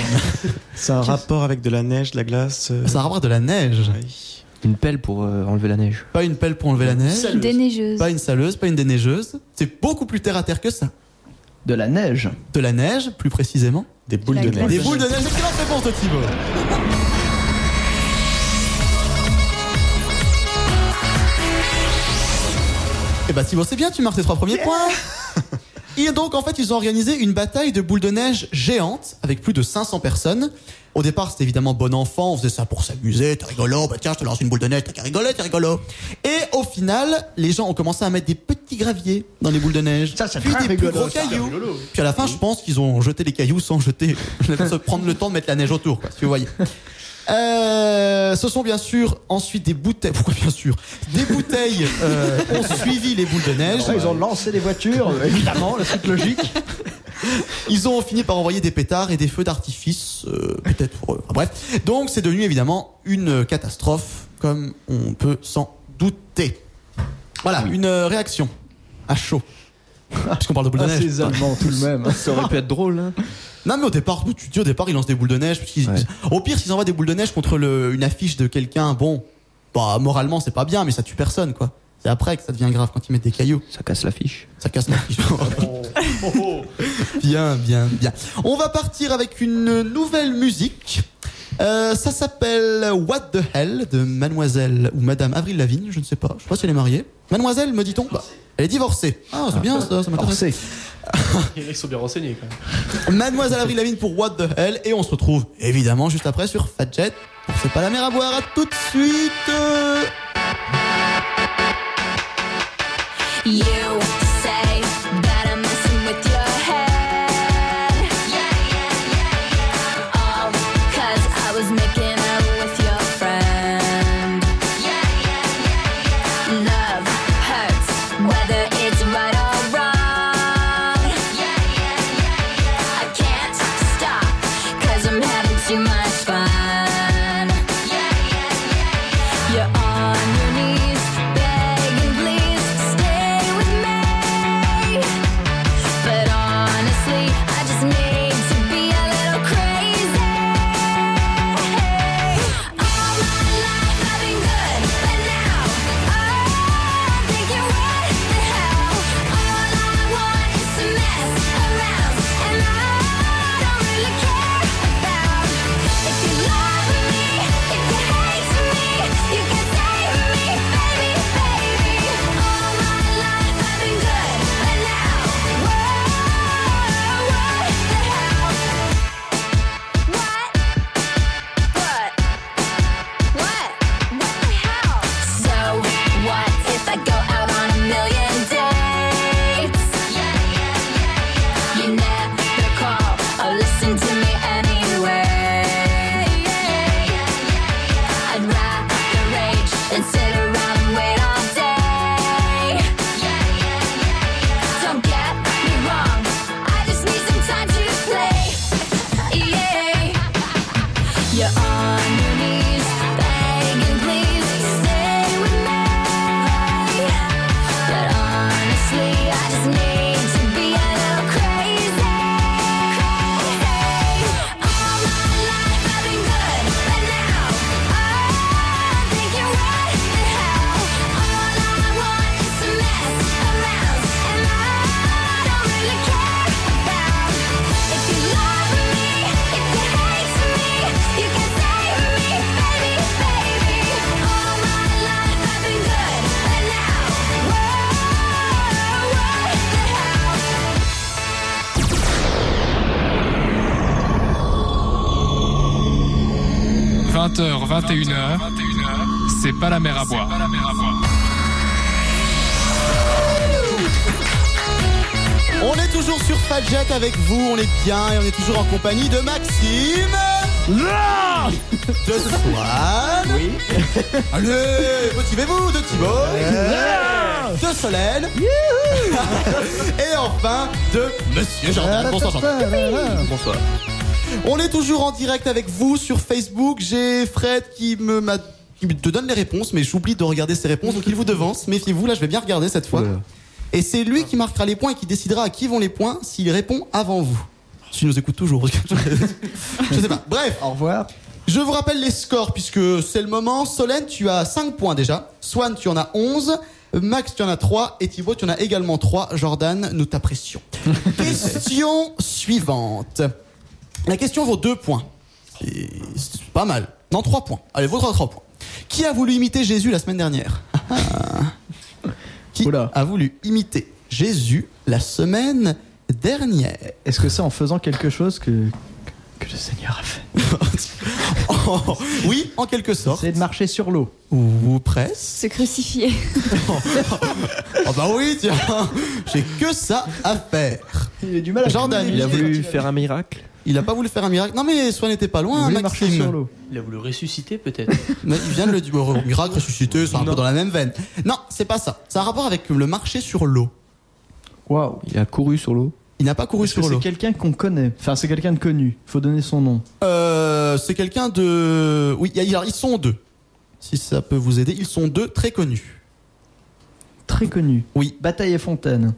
Speaker 6: C'est un rapport avec de la neige, de la glace euh,
Speaker 1: Ça a rapport à de la neige.
Speaker 6: oui.
Speaker 3: Une pelle pour euh, enlever la neige.
Speaker 1: Pas une pelle pour enlever la neige.
Speaker 5: Saleuse.
Speaker 4: Des neigeuses.
Speaker 1: Pas une saleuse, pas une déneigeuse. C'est beaucoup plus terre à terre que ça.
Speaker 2: de la neige.
Speaker 1: De la neige, plus précisément.
Speaker 6: Des boules
Speaker 4: La
Speaker 6: de
Speaker 4: glace.
Speaker 6: neige.
Speaker 1: Des boules de neige. Excellente réponse de Thibaut. Eh bah Thibaut, c'est bien, tu marques tes trois premiers points. Et donc en fait, ils ont organisé une bataille de boules de neige géante avec plus de 500 personnes. Au départ, c'était évidemment bon enfant, on faisait ça pour s'amuser, t'es rigolo, bah tiens, je te lance une boule de neige, t'as qu'à rigoler, t'es rigolo. Et au final, les gens ont commencé à mettre des petits graviers dans les boules de neige,
Speaker 2: Ça, c'est
Speaker 1: puis
Speaker 2: très
Speaker 1: des plus
Speaker 2: rigolo,
Speaker 1: gros
Speaker 2: ça.
Speaker 1: cailloux. Puis à la fin, je pense qu'ils ont jeté les cailloux sans jeter, sans prendre le temps de mettre la neige autour, quoi, si vous voyez. Euh, ce sont bien sûr ensuite des bouteilles. Pourquoi bien sûr Des bouteilles euh, ont suivi les boules de neige.
Speaker 2: Après, Ah, ils ont lancé des voitures, euh, évidemment, la suite logique.
Speaker 1: Ils ont fini par envoyer des pétards et des feux d'artifice, euh, peut-être pour eux. Enfin, bref, donc c'est devenu évidemment une catastrophe, comme on peut s'en douter. Voilà, une euh, réaction à chaud. Parce qu'on parle de boules de
Speaker 2: Ah,
Speaker 1: neige.
Speaker 2: ces Allemands tout de même.
Speaker 3: Ça aurait pu être drôle, hein.
Speaker 1: Non mais au départ, tu te dis au départ ils lancent des boules de neige. Parce qu'ils-
Speaker 3: Ouais.
Speaker 1: Au pire, s'ils envoient des boules de neige contre le, une affiche de quelqu'un, bon, bah moralement c'est pas bien, mais ça tue personne quoi. C'est après que ça devient grave quand ils mettent des cailloux.
Speaker 3: Ça casse l'affiche.
Speaker 1: Ça casse l'affiche.
Speaker 5: Oh,
Speaker 1: bien, bien, bien. On va partir avec une nouvelle musique. Euh, ça s'appelle What the Hell de Mademoiselle ou Madame Avril Lavigne, je ne sais pas. Je sais pas si elle est mariée. Mademoiselle, me dit-on Bah, Elle est divorcée. Ah, c'est bien ça, ça m'intéresse.
Speaker 2: Forcé.
Speaker 5: Les mecs sont bien renseignés quand même.
Speaker 1: Mademoiselle Avril Lavigne pour What the Hell et on se retrouve évidemment juste après sur Fadjet pour C'est pas la mer à boire à tout de suite euh.
Speaker 8: You say that I'm messing with your head. Yeah, yeah, yeah, yeah. Oh, All 'cause I was making out with your friend. Yeah, yeah, yeah,
Speaker 9: 20h, 21h, c'est pas la mer à boire.
Speaker 1: On est toujours sur Fat Jack avec vous, on est bien et on est toujours en compagnie de Maxime. de Swan. Oui. Allez, motivez-vous de Thibaut. de Solène. et enfin de Monsieur Jordan. Bonsoir Jordan.
Speaker 3: Bonsoir.
Speaker 1: On est toujours en direct avec vous sur Facebook. J'ai Fred qui me m'a- qui me- te donne les réponses, mais j'oublie de regarder ses réponses, donc il vous devance. Méfiez-vous, là je vais bien regarder cette fois.
Speaker 3: Oula.
Speaker 1: Et c'est lui qui marquera les points et qui décidera à qui vont les points s'il répond avant vous. S'il nous écoute toujours. je sais pas. Bref,
Speaker 2: Au revoir.
Speaker 1: je vous rappelle les scores puisque c'est le moment. Solène, tu as 5 points déjà. Swan, tu en as 11. Max, tu en as 3. Et Thibaut, tu en as également 3. Jordan, nous t'apprécions. question suivante. La question vaut 2 points. Et C'est pas mal. Non, 3 points. Allez, vaut 3, points. Qui a voulu imiter Jésus la semaine dernière Ah, ah. Qui
Speaker 2: Oula.
Speaker 1: a voulu imiter Jésus la semaine dernière
Speaker 2: Est-ce que c'est en faisant quelque chose que, que le Seigneur a fait
Speaker 1: Oh, Oui, en quelque sorte.
Speaker 2: C'est de marcher sur l'eau.
Speaker 1: Ou presque.
Speaker 4: Se crucifier.
Speaker 2: Ah
Speaker 1: Oh bah oui, tiens, j'ai que ça à faire.
Speaker 2: Il a du mal
Speaker 1: à Jordan,
Speaker 2: il,
Speaker 1: il
Speaker 3: Il a
Speaker 1: Idée.
Speaker 3: voulu faire un miracle
Speaker 1: Il a pas voulu faire un miracle. Non mais Swan n'était pas loin,
Speaker 2: marcher sur
Speaker 1: Maxime.
Speaker 2: l'eau.
Speaker 5: Il a voulu ressusciter peut-être.
Speaker 1: Mais il vient de le dire. Oh, Miracle ressuscité, c'est un peu dans la même veine. Non, c'est pas ça. Ça a un rapport avec le marché sur l'eau.
Speaker 2: Waouh.
Speaker 3: Il a couru sur l'eau.
Speaker 1: Il n'a pas couru
Speaker 2: Est-ce que
Speaker 1: sur l'eau.
Speaker 2: c'est quelqu'un qu'on connaît Enfin, c'est quelqu'un de connu. Faut donner son nom.
Speaker 1: Euh, c'est quelqu'un de. Oui, il y a- alors, ils sont deux. Si ça peut vous aider, ils sont deux très connus.
Speaker 2: Très connu.
Speaker 1: Oui.
Speaker 2: Bataille et Fontaine.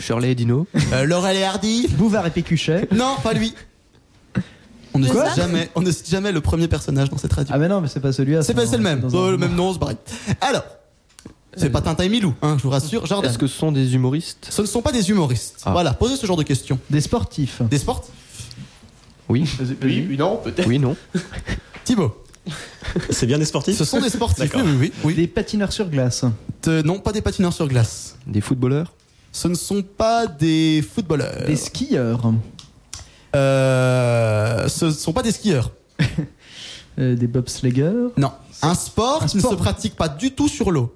Speaker 3: Shirley et Dino.
Speaker 1: Euh, Laurel et Hardy.
Speaker 2: Bouvard et Pécuchet.
Speaker 1: Non, pas lui. On ne
Speaker 2: Quoi
Speaker 1: cite jamais, on ne cite jamais le premier personnage dans cette radio.
Speaker 2: Ah, mais non, mais c'est pas celui-là.
Speaker 1: C'est pas- c'est le
Speaker 2: un-
Speaker 1: même.
Speaker 2: dans
Speaker 1: Oh,
Speaker 2: un-
Speaker 1: le même nom, c'est pareil. Alors, c'est pas Tintin et Milou, hein, je vous rassure. Jordan.
Speaker 3: Est-ce que ce sont des humoristes
Speaker 1: Ce ne sont pas des humoristes.
Speaker 3: Ah.
Speaker 1: Voilà, posez ce genre de questions.
Speaker 2: Des sportifs.
Speaker 1: Des sports
Speaker 3: Oui.
Speaker 5: oui, oui, non, peut-être.
Speaker 3: Oui, non.
Speaker 1: Thibaut.
Speaker 6: C'est bien des sportifs
Speaker 1: Ce sont des sportifs. Oui,
Speaker 6: D'accord.
Speaker 1: oui, oui.
Speaker 2: Des patineurs sur glace.
Speaker 1: Euh, non, pas des patineurs sur glace.
Speaker 3: Des footballeurs
Speaker 1: Ce ne sont pas des footballeurs.
Speaker 2: Des skieurs.
Speaker 1: Euh, ce ne sont pas des skieurs.
Speaker 2: Euh, des bobsleggers.
Speaker 1: Non. Un sport,
Speaker 2: Un
Speaker 1: qui ne
Speaker 2: sport.
Speaker 1: se pratique pas du tout sur l'eau.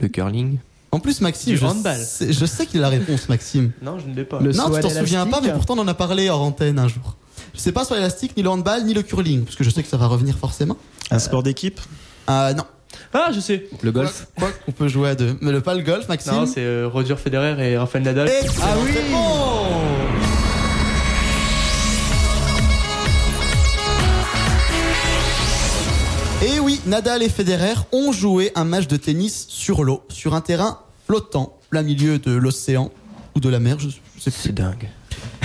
Speaker 3: Le curling
Speaker 1: En plus, Maxime,
Speaker 5: Du
Speaker 1: je,
Speaker 5: handball.
Speaker 1: sais, je sais qu'il a la réponse, Maxime.
Speaker 5: Non, je ne l'ai pas.
Speaker 2: Le
Speaker 1: non,
Speaker 2: saut
Speaker 1: tu
Speaker 2: à
Speaker 1: t'en souviens
Speaker 2: l'élastique.
Speaker 1: pas, mais pourtant on en a parlé hors antenne un jour. Je sais pas sur l'élastique, ni le handball, ni le curling, parce que je sais que ça va revenir forcément.
Speaker 6: Un sport d'équipe
Speaker 1: Euh, non.
Speaker 5: Ah, je sais.
Speaker 3: Le golf
Speaker 1: Quoi qu'on peut jouer à deux. Mais le pas le golf, Maxime.
Speaker 5: Non, c'est euh, Roger Federer et Rafael Nadal.
Speaker 1: ah oui Et Eh oui, Nadal et Federer ont joué un match de tennis sur l'eau, sur un terrain flottant, plein milieu de l'océan ou de la mer, je je sais plus.
Speaker 3: C'est dingue.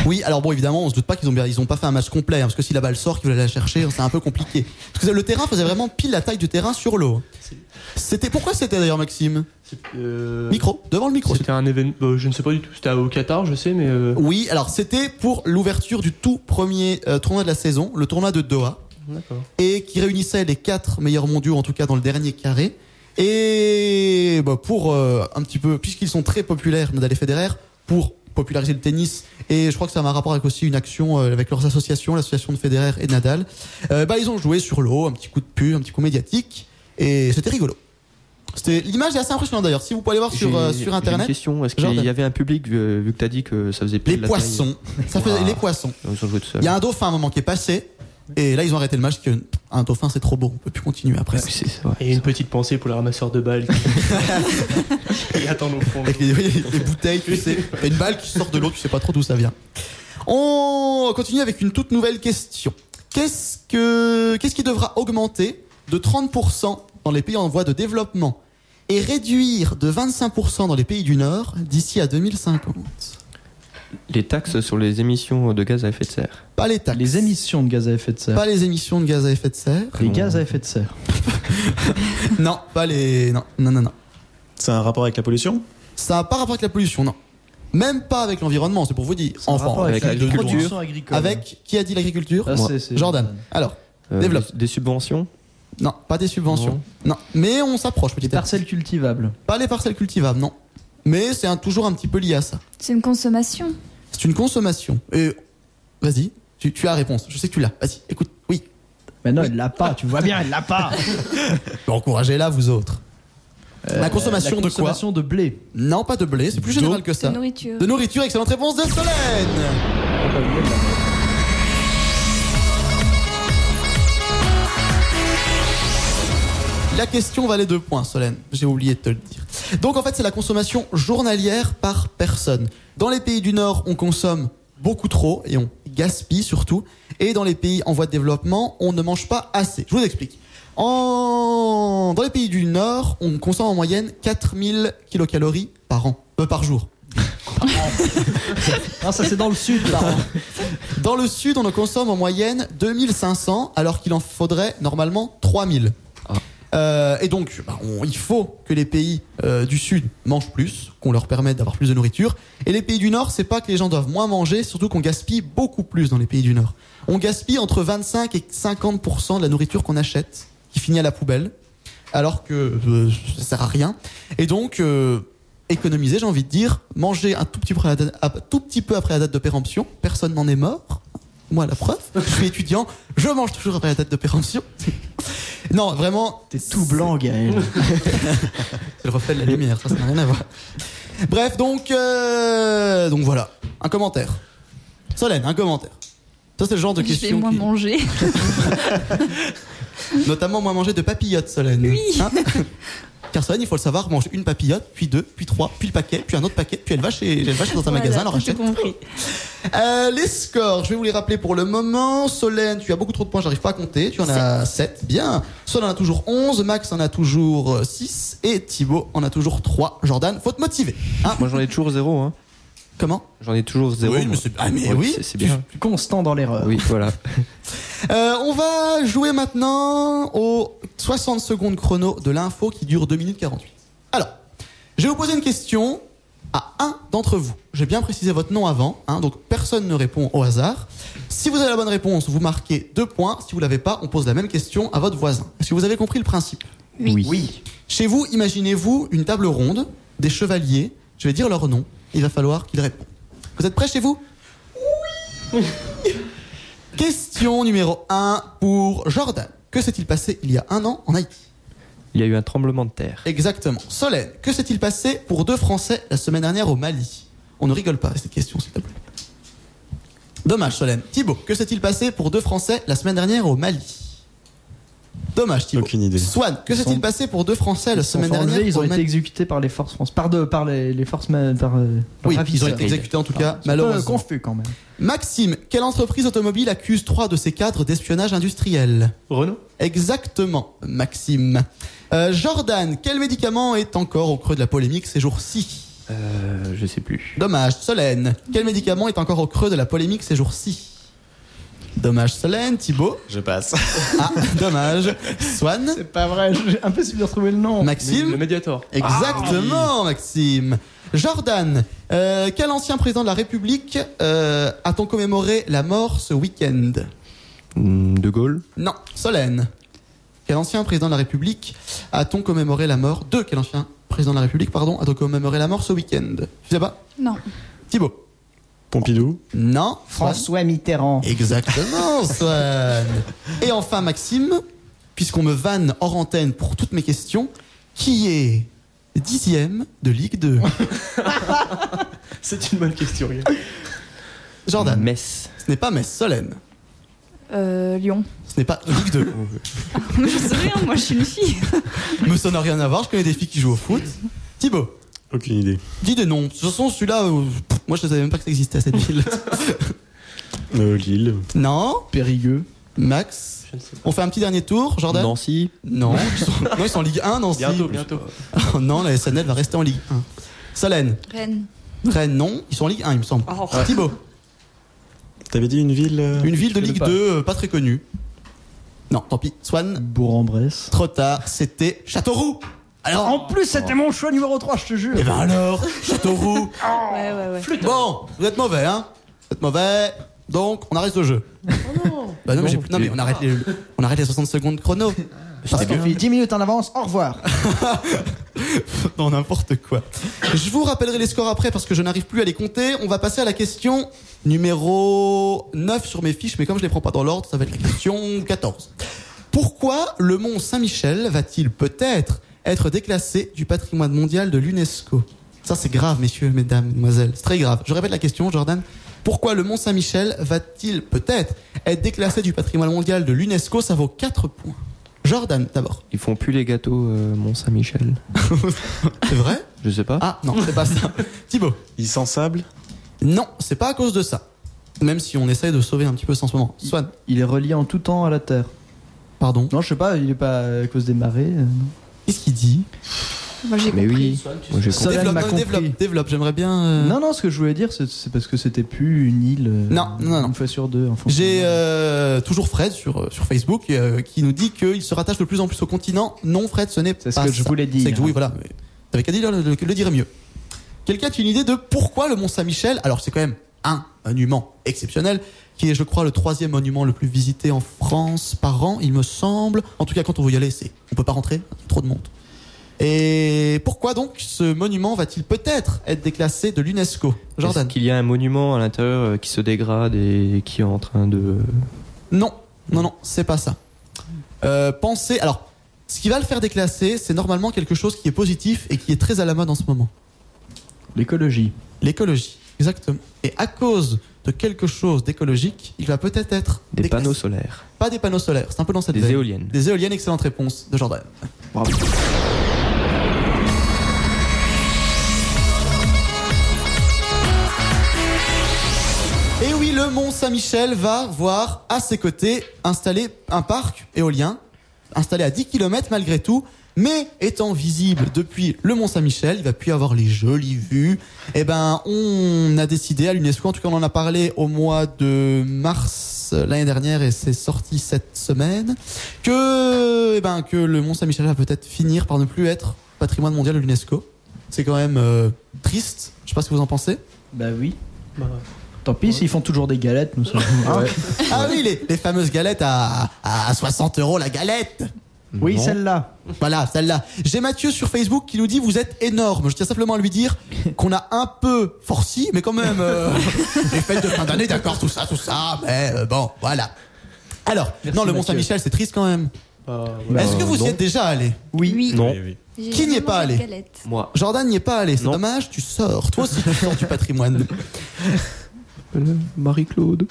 Speaker 1: Oui, alors bon, évidemment, on se doute pas qu'ils ont bien, ils ont pas fait un match complet, hein, parce que si la balle sort, qu'ils veulent aller la chercher, c'est un peu compliqué. Parce que le terrain faisait vraiment pile la taille du terrain sur l'eau.
Speaker 5: C'est-
Speaker 1: C'était pourquoi c'était d'ailleurs, Maxime
Speaker 5: C'est, euh,
Speaker 1: Micro, devant le micro.
Speaker 5: C'était un événement. euh, je ne sais pas du tout. C'était au Qatar, je sais, mais. euh,
Speaker 1: Oui, alors c'était pour l'ouverture du tout premier euh, tournoi de la saison, le tournoi de Doha,
Speaker 5: D'accord.
Speaker 1: et qui réunissait les quatre meilleurs mondiaux, en tout cas dans le dernier carré. Et bah, pour euh, un petit peu, puisqu'ils sont très populaires, Nadal et Federer, pour populariser le tennis, et je crois que ça a un rapport avec aussi une action euh, avec leurs associations, l'association de Federer et de Nadal, euh, bah, ils ont joué sur l'eau, un petit coup de pub, un petit coup médiatique, et c'était rigolo. C'était L'image est assez impressionnante d'ailleurs, si vous pouvez aller voir sur,
Speaker 3: J'ai-
Speaker 1: euh,
Speaker 3: j'ai
Speaker 1: sur
Speaker 3: une
Speaker 1: Internet,
Speaker 3: question. Est-ce
Speaker 1: Jordan.
Speaker 3: qu'il y avait un public, euh, vu, vu que t'as dit que ça faisait plus
Speaker 1: les
Speaker 3: de la taille
Speaker 1: poissons, ça faisait
Speaker 3: Ouah.
Speaker 1: les poissons.
Speaker 3: Ils ont joué tout seul.
Speaker 1: Il y a un dauphin à un moment qui est passé. Et là, ils ont arrêté le match parce que un dauphin, c'est trop beau. On peut plus continuer après.
Speaker 3: Ouais,
Speaker 1: ça.
Speaker 3: Ah, c'est ça, ouais.
Speaker 5: Et une petite pensée pour les ramasseurs de balles. qui- qui attendent au fond.
Speaker 1: Avec les, les bouteilles, tu sais. Et une balle qui sort de l'eau, tu sais pas trop d'où ça vient. On continue avec une toute nouvelle question. Qu'est-ce que, qu'est-ce qui devra augmenter de 30% dans les pays en voie de développement et réduire de 25% dans les pays du Nord d'ici à 2050?
Speaker 3: Les taxes sur les émissions de gaz à effet de serre.
Speaker 1: Pas les taxes.
Speaker 2: Euh, Les émissions de gaz à effet de serre.
Speaker 1: Pas les émissions de gaz à effet de serre.
Speaker 2: Les gaz à effet de serre.
Speaker 1: Non, pas les, non, non, non, non.
Speaker 6: C'est un rapport avec la pollution
Speaker 1: Ça n'a pas rapport avec la pollution, non. Même pas avec l'environnement, c'est pour vous dire.
Speaker 2: En
Speaker 1: Enfin,
Speaker 3: avec
Speaker 1: de
Speaker 3: l'agriculture.
Speaker 1: produire.
Speaker 2: agricole.
Speaker 1: Avec qui a dit l'agriculture
Speaker 2: euh, Ah,
Speaker 3: Moi.
Speaker 2: c'est- c'est
Speaker 1: Jordan. Alors,
Speaker 3: Euh,
Speaker 1: Développe.
Speaker 3: des- Des subventions
Speaker 1: non, pas des subventions. Non, mais on s'approche
Speaker 2: Des
Speaker 1: petit à petit.
Speaker 2: parcelles cultivables.
Speaker 1: Pas les parcelles cultivables, non. Mais c'est un, toujours un petit peu lié à ça.
Speaker 4: C'est une consommation.
Speaker 1: C'est une consommation. Et vas-y, tu, tu as la réponse. Je sais que tu l'as. Vas-y, écoute. Oui.
Speaker 2: Mais non, elle l'a pas, tu vois bien, elle l'a pas.
Speaker 1: Encouragez-la, vous autres.
Speaker 2: Euh,
Speaker 1: la consommation de
Speaker 2: la
Speaker 1: quoi
Speaker 2: consommation de blé.
Speaker 1: Non, pas de blé, c'est plus
Speaker 6: D'eau
Speaker 1: général que
Speaker 4: de
Speaker 1: ça.
Speaker 4: nourriture.
Speaker 1: De nourriture, excellente réponse de Solène La question valait deux points, Solène. J'ai oublié de te le dire. Donc en fait, c'est la consommation journalière par personne. Dans les pays du Nord, on consomme beaucoup trop et on gaspille surtout. Et dans les pays en voie de développement, on ne mange pas assez. Je vous explique. En... Dans les pays du Nord, on consomme en moyenne 4000 kilocalories par an, euh, par jour.
Speaker 2: Non, ça c'est dans le sud. là.
Speaker 1: Dans le sud, on en consomme en moyenne 2500, alors qu'il en faudrait normalement 3000. Euh, et donc, bah, on- il faut que les pays euh, du sud mangent plus, qu'on leur permette d'avoir plus de nourriture. Et les pays du nord, c'est pas que les gens doivent moins manger, surtout qu'on gaspille beaucoup plus dans les pays du nord. On gaspille entre 25 et 50 de la nourriture qu'on achète, qui finit à la poubelle, alors que euh, ça sert à rien. Et donc, euh, économiser, j'ai envie de dire, manger un tout petit, peu après la date- à- tout petit peu après la date de péremption, personne n'en est mort. Moi, la preuve, je suis étudiant, je mange toujours après la date de péremption. Non, vraiment.
Speaker 2: T'es tout blanc, Gaël.
Speaker 1: C'est le reflet de la lumière, ça, ça n'a rien à voir. Bref, donc, euh, donc voilà, un commentaire. Solène, un commentaire. Ça, c'est le genre de
Speaker 4: Je vais
Speaker 1: question.
Speaker 4: moins
Speaker 1: qui-
Speaker 4: manger.
Speaker 1: Notamment, moins manger de papillotes, Solène. Oui. Car Solène, il faut le savoir, mange une papillote, puis deux, puis trois, puis le paquet, puis un autre paquet, puis elle va chez, elle va chez dans un
Speaker 4: Voilà,
Speaker 1: magasin, elle en
Speaker 4: tout
Speaker 1: rachète.
Speaker 4: compris.
Speaker 1: Euh, les scores, je vais vous les rappeler pour le moment. Solène, tu as beaucoup trop de points, j'arrive pas à compter. Tu en as 7, bien. Solène en a toujours 11, Max en a toujours 6 et Thibaut en a toujours 3. Jordan, faut te motiver. Hein
Speaker 3: Moi j'en ai toujours zéro. Hein.
Speaker 1: Comment
Speaker 3: J'en ai toujours zéro.
Speaker 1: Oui, mais
Speaker 3: moi.
Speaker 1: c'est- ah, mais
Speaker 3: Ouais,
Speaker 1: oui.
Speaker 3: c'est- C'est bien.
Speaker 2: Constant dans l'erreur.
Speaker 3: Oui, voilà.
Speaker 1: Euh, On va jouer maintenant aux 60 secondes chrono de l'info qui dure 2 minutes 48. Alors, je vais vous poser une question à un d'entre vous. J'ai bien précisé votre nom avant, hein, donc personne ne répond au hasard. Si vous avez la bonne réponse, vous marquez 2 points. Si vous l'avez pas, on pose la même question à votre voisin. Est-ce que vous avez compris le principe
Speaker 3: Oui.
Speaker 1: Chez vous, imaginez-vous une table ronde, des chevaliers, je vais dire leur nom, il va falloir qu'ils répondent. Vous êtes prêts chez vous Oui Question numéro 1 pour Jordan. Que s'est-il passé il y a un an en Haïti
Speaker 3: Il y a eu un tremblement de terre.
Speaker 1: Exactement. Solène, que s'est-il passé pour deux Français la semaine dernière au Mali On ne rigole pas à cette question, s'il te plaît. Dommage, Solène. Thibaut, que s'est-il passé pour deux Français la semaine dernière au Mali Dommage, Thibaut.
Speaker 6: Aucune idée.
Speaker 1: Swan, que
Speaker 2: Ils
Speaker 1: s'est-il
Speaker 2: sont-
Speaker 1: passé pour deux Français la
Speaker 2: Ils se sont
Speaker 1: semaine
Speaker 2: fait
Speaker 1: dernière
Speaker 2: enlever, ils ont
Speaker 1: au
Speaker 2: été
Speaker 1: Mali
Speaker 2: exécutés par les forces françaises. Par, de, par les, les forces. ma- Par, euh, leurs
Speaker 1: Oui, ils ont
Speaker 2: ravisseurs.
Speaker 1: été exécutés en tout
Speaker 2: Enfin,
Speaker 1: cas,
Speaker 2: Ah, c'est un peu
Speaker 1: malheureusement.
Speaker 2: confus quand même.
Speaker 1: Maxime, quelle entreprise automobile accuse trois de ses cadres d'espionnage industriel
Speaker 5: Renault
Speaker 1: Exactement, Maxime. Euh, Jordan, quel médicament est encore au creux de la polémique ces jours-ci
Speaker 3: Euh, je sais plus.
Speaker 1: Dommage, Solène. Quel médicament est encore au creux de la polémique ces jours-ci Dommage, Solène. Thibaut
Speaker 6: Je passe.
Speaker 1: Ah, dommage. Swan
Speaker 2: C'est pas vrai, j'ai impossible de retrouver le nom.
Speaker 5: Le,
Speaker 1: Maxime
Speaker 5: le Mediator.
Speaker 1: Exactement, Maxime. Jordan, euh, quel ancien président de la République euh, a-t-on commémoré la mort ce week-end
Speaker 3: Hmm, De Gaulle.
Speaker 1: Non, Solène. Quel ancien président de la République a-t-on commémoré la mort de quel ancien président de la République, pardon, a-t-on commémoré la mort ce week-end Je sais pas.
Speaker 4: Non.
Speaker 1: Thibaut.
Speaker 6: Pompidou.
Speaker 1: Non.
Speaker 2: François Mitterrand.
Speaker 1: Exactement, Swan. Et enfin, Maxime, puisqu'on me vanne hors antenne pour toutes mes questions, qui est dixième de Ligue 2
Speaker 5: C'est une bonne question, Yann.
Speaker 1: Jordan.
Speaker 3: Metz.
Speaker 1: Ce n'est pas Metz, Solène.
Speaker 4: Euh, Lyon.
Speaker 1: Ce n'est pas Ligue 2.
Speaker 4: Mais je sais rien, moi je suis une fille.
Speaker 1: Mais ça n'a rien à voir, je connais des filles qui jouent au foot. Thibaut.
Speaker 6: Aucune idée.
Speaker 1: Dis des noms. De toute façon, celui-là, euh, pff, moi je ne savais même pas que ça existait à cette ville.
Speaker 6: Euh, Lille.
Speaker 1: non,
Speaker 2: Périgueux.
Speaker 1: Max.
Speaker 5: Je ne sais pas.
Speaker 1: On fait un petit dernier tour, Jordan
Speaker 3: Nancy.
Speaker 1: Non, ils sont, non, ils sont en Ligue 1, Nancy.
Speaker 5: Bientôt, bientôt.
Speaker 1: Oh non, la SNL va rester en Ligue 1. Solène,
Speaker 4: Rennes.
Speaker 1: Rennes, non, ils sont en Ligue 1, il me semble. Thibaut,
Speaker 6: T'avais dit une ville. euh,
Speaker 1: une ville de
Speaker 2: connais
Speaker 1: Ligue
Speaker 2: pas.
Speaker 1: 2 euh, pas très connue. Non, tant pis. Swan,
Speaker 2: Bourg-en-Bresse.
Speaker 1: trop tard, c'était Châteauroux. Alors,
Speaker 2: En plus, c'était mon choix numéro 3, je te jure.
Speaker 1: Oh. eh ben alors, Châteauroux.
Speaker 4: Ouais, ouais, ouais.
Speaker 1: Bon, vous êtes mauvais, hein Vous êtes mauvais, donc on arrête le jeu. Bah non, mais j'ai plus- non, mais on arrête, les, on arrête les 60 secondes chrono.
Speaker 2: Parce que 10 minutes en avance, au revoir.
Speaker 1: maintenant n'importe quoi. Je vous rappellerai les scores après parce que je n'arrive plus à les compter. On va passer à la question numéro 9 sur mes fiches, mais comme je les prends pas dans l'ordre, ça va être la question 14. Pourquoi le mont Saint-Michel va-t-il peut-être être déclassé du patrimoine mondial de l'UNESCO Ça c'est grave, messieurs, mesdames, mesdemoiselles. C'est très grave. Je répète la question, Jordan. Pourquoi le mont Saint-Michel va-t-il peut-être être déclassé du patrimoine mondial de l'UNESCO Ça vaut 4 points. Jordan, d'abord.
Speaker 3: Ils font plus les gâteaux euh, Mont-Saint-Michel.
Speaker 1: C'est vrai
Speaker 3: Je sais pas.
Speaker 1: Ah non, c'est pas ça. Thibaut.
Speaker 6: Il s'en sable
Speaker 1: Non, c'est pas à cause de ça. Même si on essaye de sauver un petit peu ça en ce moment. Swan,
Speaker 2: Il est relié en tout temps à la Terre.
Speaker 1: pardon.
Speaker 2: Non, je sais pas, il est pas à cause des marées. euh, non.
Speaker 1: Qu'est-ce qu'il dit
Speaker 4: Moi, j'ai
Speaker 3: mais
Speaker 4: compris.
Speaker 3: oui, moi, j'ai
Speaker 2: Ça-
Speaker 3: compris.
Speaker 2: Solène
Speaker 1: Développe,
Speaker 2: m'a
Speaker 1: non,
Speaker 2: compris.
Speaker 1: développe, développe, j'aimerais bien. euh,
Speaker 2: Non, non, ce que je voulais dire, c'est- c'est parce que c'était plus une île. euh,
Speaker 1: Non, non, non.
Speaker 2: Une fois sur deux. en fonction
Speaker 1: J'ai
Speaker 2: de-
Speaker 1: euh, toujours Fred sur, euh, sur Facebook euh, qui nous dit qu'il se rattache de plus en plus au continent. Non, Fred, ce n'est pas
Speaker 2: C'est ce que je
Speaker 1: ça.
Speaker 2: voulais dire.
Speaker 1: C'est que Ah, oui, voilà. Mais T'avais qu'à dire le, le- le dire mieux. Quelqu'un a une idée de pourquoi le Mont Saint-Michel Alors c'est quand même un monument exceptionnel qui est, je crois, le troisième monument le plus visité en France par an, il me semble. En tout cas, quand on veut y aller, c'est on peut pas rentrer, trop de monde. Et pourquoi donc ce monument va-t-il peut-être être déclassé de l'UNESCO Jordan
Speaker 3: Est-ce qu'il y a un monument à l'intérieur euh, qui se dégrade et qui est en train de. euh,
Speaker 1: Non, non, non, c'est pas ça. Euh, pensez. Alors, ce qui va le faire déclasser, c'est normalement quelque chose qui est positif et qui est très à la mode en ce moment.
Speaker 2: L'écologie.
Speaker 1: L'écologie, exactement. Et à cause de quelque chose d'écologique, il va peut-être être
Speaker 3: Des
Speaker 1: déclassé.
Speaker 3: panneaux solaires,
Speaker 1: Pas des panneaux solaires, c'est un peu dans cette
Speaker 3: des
Speaker 1: veine.
Speaker 3: éoliennes.
Speaker 1: Des éoliennes, excellente réponse de Jordan.
Speaker 2: Bravo.
Speaker 1: Et oui, le Mont Saint-Michel va voir à ses côtés installer un parc éolien, installé à 10 km malgré tout, mais étant visible depuis le Mont Saint-Michel, il va plus avoir les jolies vues. Eh ben, on a décidé à l'UNESCO, en tout cas on en a parlé au mois de mars euh, l'année dernière et c'est sorti cette semaine, que, eh ben, que le Mont Saint-Michel va peut-être finir par ne plus être patrimoine mondial de l'UNESCO. C'est quand même euh, triste, je sais pas ce que vous en pensez.
Speaker 2: Bah oui.
Speaker 5: Bah,
Speaker 2: Tant pis, s'ils font toujours des galettes, nous sommes. Hein
Speaker 1: Ah oui, les, les fameuses galettes à, à 60 euros la galette.
Speaker 2: oui,
Speaker 3: Non.
Speaker 2: celle-là.
Speaker 1: Voilà, celle-là. J'ai Mathieu sur Facebook qui nous dit vous êtes énorme. Je tiens simplement à lui dire qu'on a un peu forci, mais quand même euh, les fêtes de fin d'année, d'accord, tout ça, tout ça, mais euh, bon, voilà. Alors,
Speaker 2: Merci,
Speaker 1: non, le Mont
Speaker 2: Mathieu.
Speaker 1: Saint-Michel, c'est triste quand même.
Speaker 5: bah,
Speaker 2: Bah,
Speaker 5: ouais.
Speaker 1: Est-ce que vous
Speaker 3: non.
Speaker 1: y êtes déjà allé
Speaker 2: Oui.
Speaker 3: Non,
Speaker 6: oui.
Speaker 4: J'ai
Speaker 1: Qui n'y est
Speaker 4: vraiment
Speaker 1: pas
Speaker 4: mangé de
Speaker 1: allé
Speaker 4: galette.
Speaker 3: moi.
Speaker 1: Jordan n'y est pas allé, c'est
Speaker 3: Non.
Speaker 1: dommage, tu sors. Toi aussi, tu sors du patrimoine.
Speaker 3: Marie-Claude.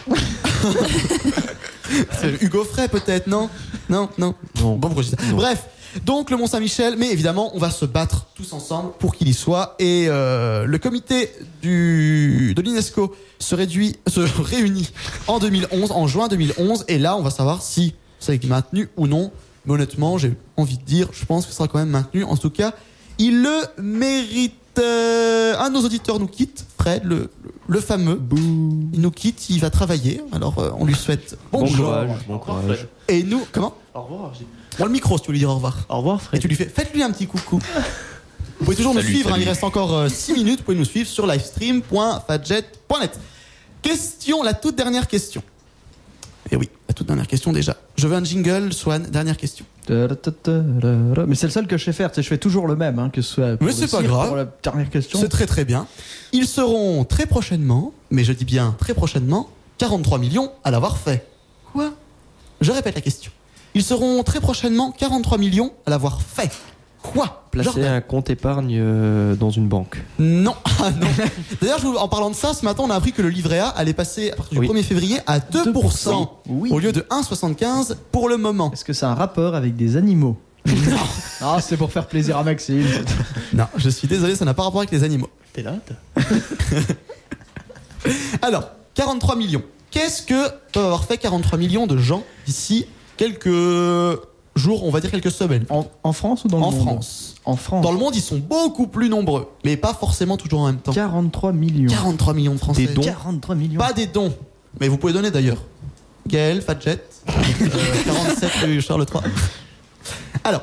Speaker 1: Euh, Hugo Frey peut-être, non Non, non.
Speaker 3: Non.
Speaker 1: Bon, pourquoi je dis ça
Speaker 3: Non.
Speaker 1: Bref, donc le Mont Saint-Michel, mais évidemment, on va se battre tous ensemble pour qu'il y soit. Et euh, le comité du, de l'UNESCO se, réduit, se réunit en 2011, en juin 2011, et là, on va savoir si c'est maintenu ou non. Mais honnêtement, j'ai envie de dire, je pense que ça sera quand même maintenu. En tout cas, il le mérite. Euh, un de nos auditeurs nous quitte, Fred, le, le fameux. Il nous quitte, il va travailler. Alors, euh, on lui souhaite
Speaker 3: Bon,
Speaker 1: bonjour.
Speaker 3: courage, bon
Speaker 5: Au revoir,
Speaker 3: courage.
Speaker 5: Fred.
Speaker 1: Et nous, comment
Speaker 5: Au revoir. j'ai-
Speaker 1: Prends le micro si tu veux lui dire au revoir.
Speaker 5: Au revoir,
Speaker 1: Et
Speaker 5: Fred.
Speaker 1: tu lui fais, faites-lui un petit coucou. Vous pouvez toujours nous
Speaker 9: Salut,
Speaker 1: suivre, hein,
Speaker 9: salut.
Speaker 1: il reste encore 6 minutes, vous pouvez nous suivre sur livestream.fadjet.net. Question, la toute dernière question. Et oui, la toute dernière question déjà. Je veux un jingle, Swan, dernière question.
Speaker 2: Ta-ra-ta-ta-ra-ra. Mais c'est le seul que je sais faire, tu sais, je fais toujours le même, hein, que ce soit pour,
Speaker 1: Mais
Speaker 2: le
Speaker 1: c'est pas
Speaker 2: cirque,
Speaker 1: grave.
Speaker 2: pour la dernière question.
Speaker 1: C'est très très bien. Ils seront très prochainement, mais je dis bien très prochainement, 43 millions à l'avoir fait. Quoi Je répète la question. Ils seront très prochainement 43 millions à l'avoir fait. Quoi
Speaker 3: Placer
Speaker 1: Jordan
Speaker 3: un compte épargne euh, dans une banque.
Speaker 1: Non, Ah, non. D'ailleurs, je vous- en parlant de ça, ce matin, on a appris que le livret A allait passer à partir du
Speaker 3: Oui.
Speaker 1: 1er février à 2%,
Speaker 2: Oui.
Speaker 1: au lieu de 1,75 pour le moment.
Speaker 2: Est-ce que c'est un rapport avec des animaux Non, c'est pour faire plaisir à Maxime.
Speaker 1: Non, je suis désolé, ça n'a pas rapport avec les animaux.
Speaker 5: T'es là t'as-
Speaker 1: Alors, 43 millions. Qu'est-ce que peuvent avoir fait 43 millions de gens d'ici quelques jours, on va dire quelques semaines
Speaker 2: En, en France ou dans le
Speaker 1: En
Speaker 2: monde
Speaker 1: France.
Speaker 2: En France.
Speaker 1: Dans le monde, ils sont beaucoup plus nombreux, mais pas forcément toujours en même temps.
Speaker 2: 43 millions.
Speaker 1: 43 millions de Français.
Speaker 3: Des dons.
Speaker 2: 43 millions.
Speaker 1: Pas des dons, mais vous pouvez donner d'ailleurs. Gaël, Fadjet, euh, 47 rue Charles III. Alors,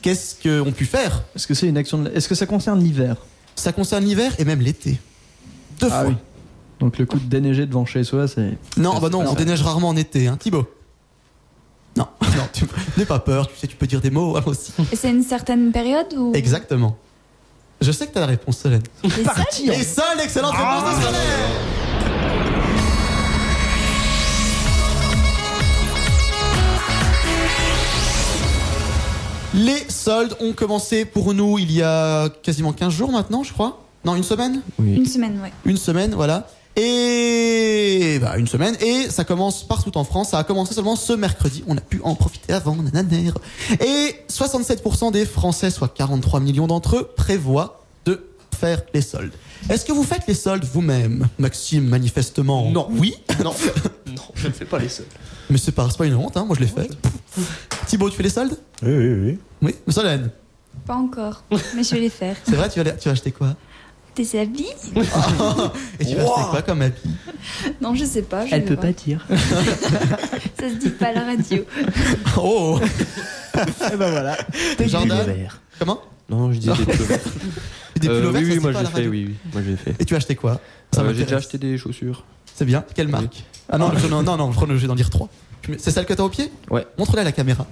Speaker 1: qu'est-ce qu'on peut faire
Speaker 2: Est-ce que c'est une action de... Est-ce que ça concerne l'hiver Ah
Speaker 1: Ça concerne l'hiver et même l'été. Deux fois.
Speaker 2: Donc le coup de déneiger devant chez soi, c'est.
Speaker 1: Non, bah non,
Speaker 2: pas
Speaker 1: on
Speaker 2: ça.
Speaker 1: déneige rarement en été, hein, Thibaut. Non, non, tu n'aie pas peur, tu sais, tu peux dire des mots, hein, allons-y.
Speaker 4: Et c'est une certaine période ou
Speaker 1: Exactement. Je sais que t'as la réponse, Solène.
Speaker 4: Les
Speaker 2: Parti
Speaker 1: Et ça, l'excellente réponse de Solène Les soldes ont commencé pour nous il y a quasiment 15 jours maintenant, je crois. Non, une semaine
Speaker 4: Une semaine, ouais.
Speaker 1: Une semaine, voilà. Et bah, une semaine. Et ça commence partout en France. Ça a commencé seulement ce mercredi. On a pu en profiter avant. nananère. Et 67% des Français, soit 43 millions d'entre eux, prévoient de faire les soldes. Est-ce que vous faites les soldes vous-même, Maxime Manifestement.
Speaker 5: Non.
Speaker 1: Oui.
Speaker 5: Non, non, je ne fais pas les seuls.
Speaker 1: Mais c'est pas, c'est pas une honte. Hein. Moi, je l'ai fait. Thibaut, tu fais les soldes
Speaker 6: Oui, oui, oui.
Speaker 1: Oui. Solène,
Speaker 4: Pas encore, mais je vais les faire.
Speaker 1: c'est vrai. Tu vas, aller- tu vas acheter quoi
Speaker 4: Tes habits
Speaker 1: Et tu vas acheter quoi comme habit
Speaker 4: Non, je sais pas. Je
Speaker 2: Elle
Speaker 4: vais
Speaker 2: peut
Speaker 4: voir.
Speaker 2: pas dire.
Speaker 4: Ça se dit pas à la radio.
Speaker 1: Oh.
Speaker 2: Et ben voilà.
Speaker 1: Jordan Comment
Speaker 3: Non, je dis
Speaker 1: Non.
Speaker 3: des pulls verts.
Speaker 1: Ah. Des pulls
Speaker 3: Euh,
Speaker 1: verts, ça
Speaker 3: Oui, oui,
Speaker 1: se dit
Speaker 3: moi je
Speaker 1: pas à
Speaker 3: l'ai
Speaker 1: la
Speaker 3: fait,
Speaker 1: radio.
Speaker 3: oui, oui, moi je l'ai fait.
Speaker 1: Et tu as acheté quoi Ça
Speaker 3: Euh, J'ai déjà
Speaker 1: m'intéresse.
Speaker 3: acheté des chaussures.
Speaker 1: C'est bien. Quelle marque Ah non, je- non, non, non, je crois que je vais d'en dire trois. Tu mets- C'est celle que t'as au pied
Speaker 3: Ouais.
Speaker 1: Montre-la à la caméra.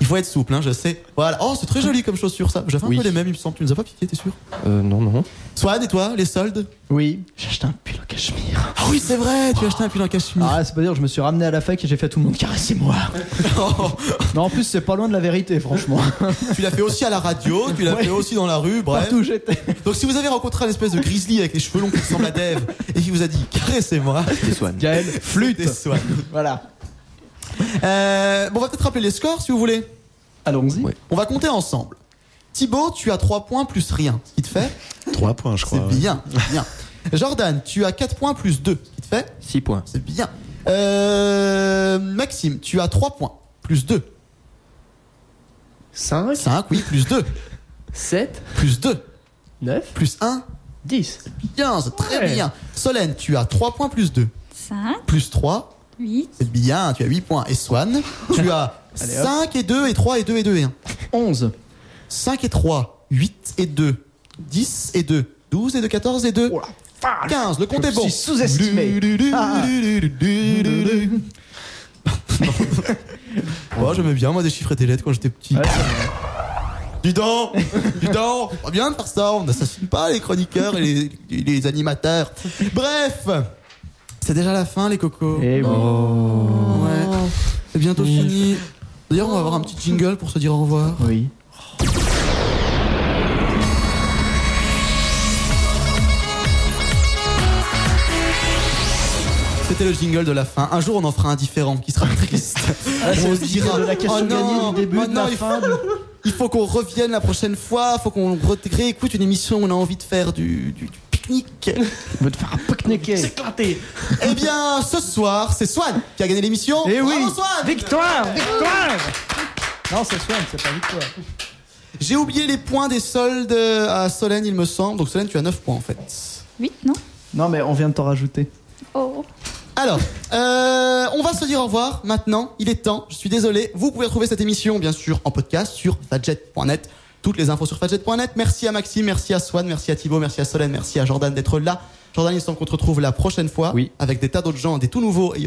Speaker 1: Il faut être souple, hein, je sais. Voilà. Oh, c'est très joli comme chaussure, ça. J'avais un
Speaker 3: Oui.
Speaker 1: peu les mêmes, il me semble. Tu nous as pas piqué, t'es sûr
Speaker 3: Euh, non, non.
Speaker 1: Swan, et toi, les soldes
Speaker 2: Oui, j'ai acheté un pull en cachemire.
Speaker 1: Ah oui, c'est vrai, tu as acheté un pull en cachemire.
Speaker 2: Ah, c'est pas dire, je me suis ramené à la fac et j'ai fait à tout le monde caressez-moi.
Speaker 1: Oh,
Speaker 2: Non, en plus, c'est pas loin de la vérité, franchement.
Speaker 1: tu l'as fait aussi à la radio, tu l'as
Speaker 2: Ouais.
Speaker 1: fait aussi dans la rue, bref.
Speaker 2: Partout où j'étais.
Speaker 1: Donc si vous avez rencontré un espèce de grizzly avec les cheveux longs qui ressemble à Dave et qui vous a dit caressez-moi,
Speaker 3: Des Swan.
Speaker 2: Gaël,
Speaker 1: flûte
Speaker 2: flûte.
Speaker 1: Swan.
Speaker 2: Voilà.
Speaker 1: Euh, bon, on va peut-être rappeler les scores si vous voulez.
Speaker 2: Allons-y.
Speaker 3: Ouais.
Speaker 1: On va compter ensemble. Thibaut, tu as 3 points plus rien, ce qui te fait
Speaker 6: 3 points, je
Speaker 1: C'est
Speaker 6: crois. ouais.
Speaker 1: bien, bien. Jordan, tu as 4 points plus 2, ce qui te fait
Speaker 3: 6 points.
Speaker 1: C'est bien. Euh, Maxime, tu as 3 points plus 2.
Speaker 5: 5,
Speaker 1: 5, oui, plus 2.
Speaker 5: 7,
Speaker 1: Plus 2.
Speaker 5: 9,
Speaker 1: Plus 1.
Speaker 5: 10.
Speaker 1: Bien, c'est très
Speaker 5: Ouais.
Speaker 1: bien. Solène, tu as 3 points plus 2.
Speaker 4: 5,
Speaker 1: Plus 3.
Speaker 4: 8,
Speaker 1: C'est bien, tu as 8 points. Et Swan, tu as
Speaker 2: Allez, hop.
Speaker 1: 5 et 2 et 3 et 2 et 2 et 1.
Speaker 2: 11.
Speaker 1: 5 et 3, 8 et 2, 10 et 2, 12 et 2, 14 et 2, 15. Le compte est
Speaker 2: Oh Je me
Speaker 1: bon.
Speaker 2: suis sous-estimé.
Speaker 1: Du, du, du,
Speaker 2: Ah.
Speaker 1: du, du, du, du, du. Oh, j'aimais bien, moi, déchiffrer des lettres quand j'étais petit.
Speaker 2: Ouais,
Speaker 1: Dis donc, dis donc, pas bien de faire ça, on n'assassine pas les chroniqueurs et les, et les animateurs. Bref, c'est déjà la fin, les cocos.
Speaker 2: Et
Speaker 1: Oh. Ouais, c'est bientôt fini. D'ailleurs, on va avoir un petit jingle pour se dire au revoir.
Speaker 2: oui.
Speaker 1: C'était le jingle de la fin. Un jour, on en fera un différent qui sera triste.
Speaker 2: Ah, c'est
Speaker 1: on
Speaker 2: le
Speaker 1: se
Speaker 2: jingle de la question gagnée du début,
Speaker 1: oh
Speaker 2: de
Speaker 1: non,
Speaker 2: la
Speaker 1: il, faut,
Speaker 2: fin, du-
Speaker 1: il faut qu'on revienne la prochaine fois. Il faut qu'on re- réécoute une émission où on a envie de faire du, du- du pique-nique.
Speaker 2: Je veux te faire un pique-niquer.
Speaker 5: Éclaté
Speaker 1: eh bien, ce soir, c'est Swan qui a gagné l'émission.
Speaker 2: Eh oui.
Speaker 1: Bravo, Swan
Speaker 2: Victoire Victoire Non, c'est Swan, c'est pas Victoire.
Speaker 1: J'ai oublié les points des soldes à Solène, il me semble. Donc, Solène, tu as 9 points en fait.
Speaker 4: 8, non
Speaker 2: Non, mais on vient de t'en rajouter.
Speaker 4: Oh,
Speaker 1: Alors, euh, on va se dire au revoir maintenant. Il est temps. Je suis désolé. Vous pouvez retrouver cette émission, bien sûr, en podcast sur fadjet.net. Toutes les infos sur fadjet.net. Merci à Maxime, merci à Swan, merci à Thibaut, merci à Solène, merci à Jordan d'être là. Jordan, il me semble qu'on te retrouve la prochaine fois
Speaker 3: Oui.
Speaker 1: avec des tas d'autres gens, des tout nouveaux. Et il y aura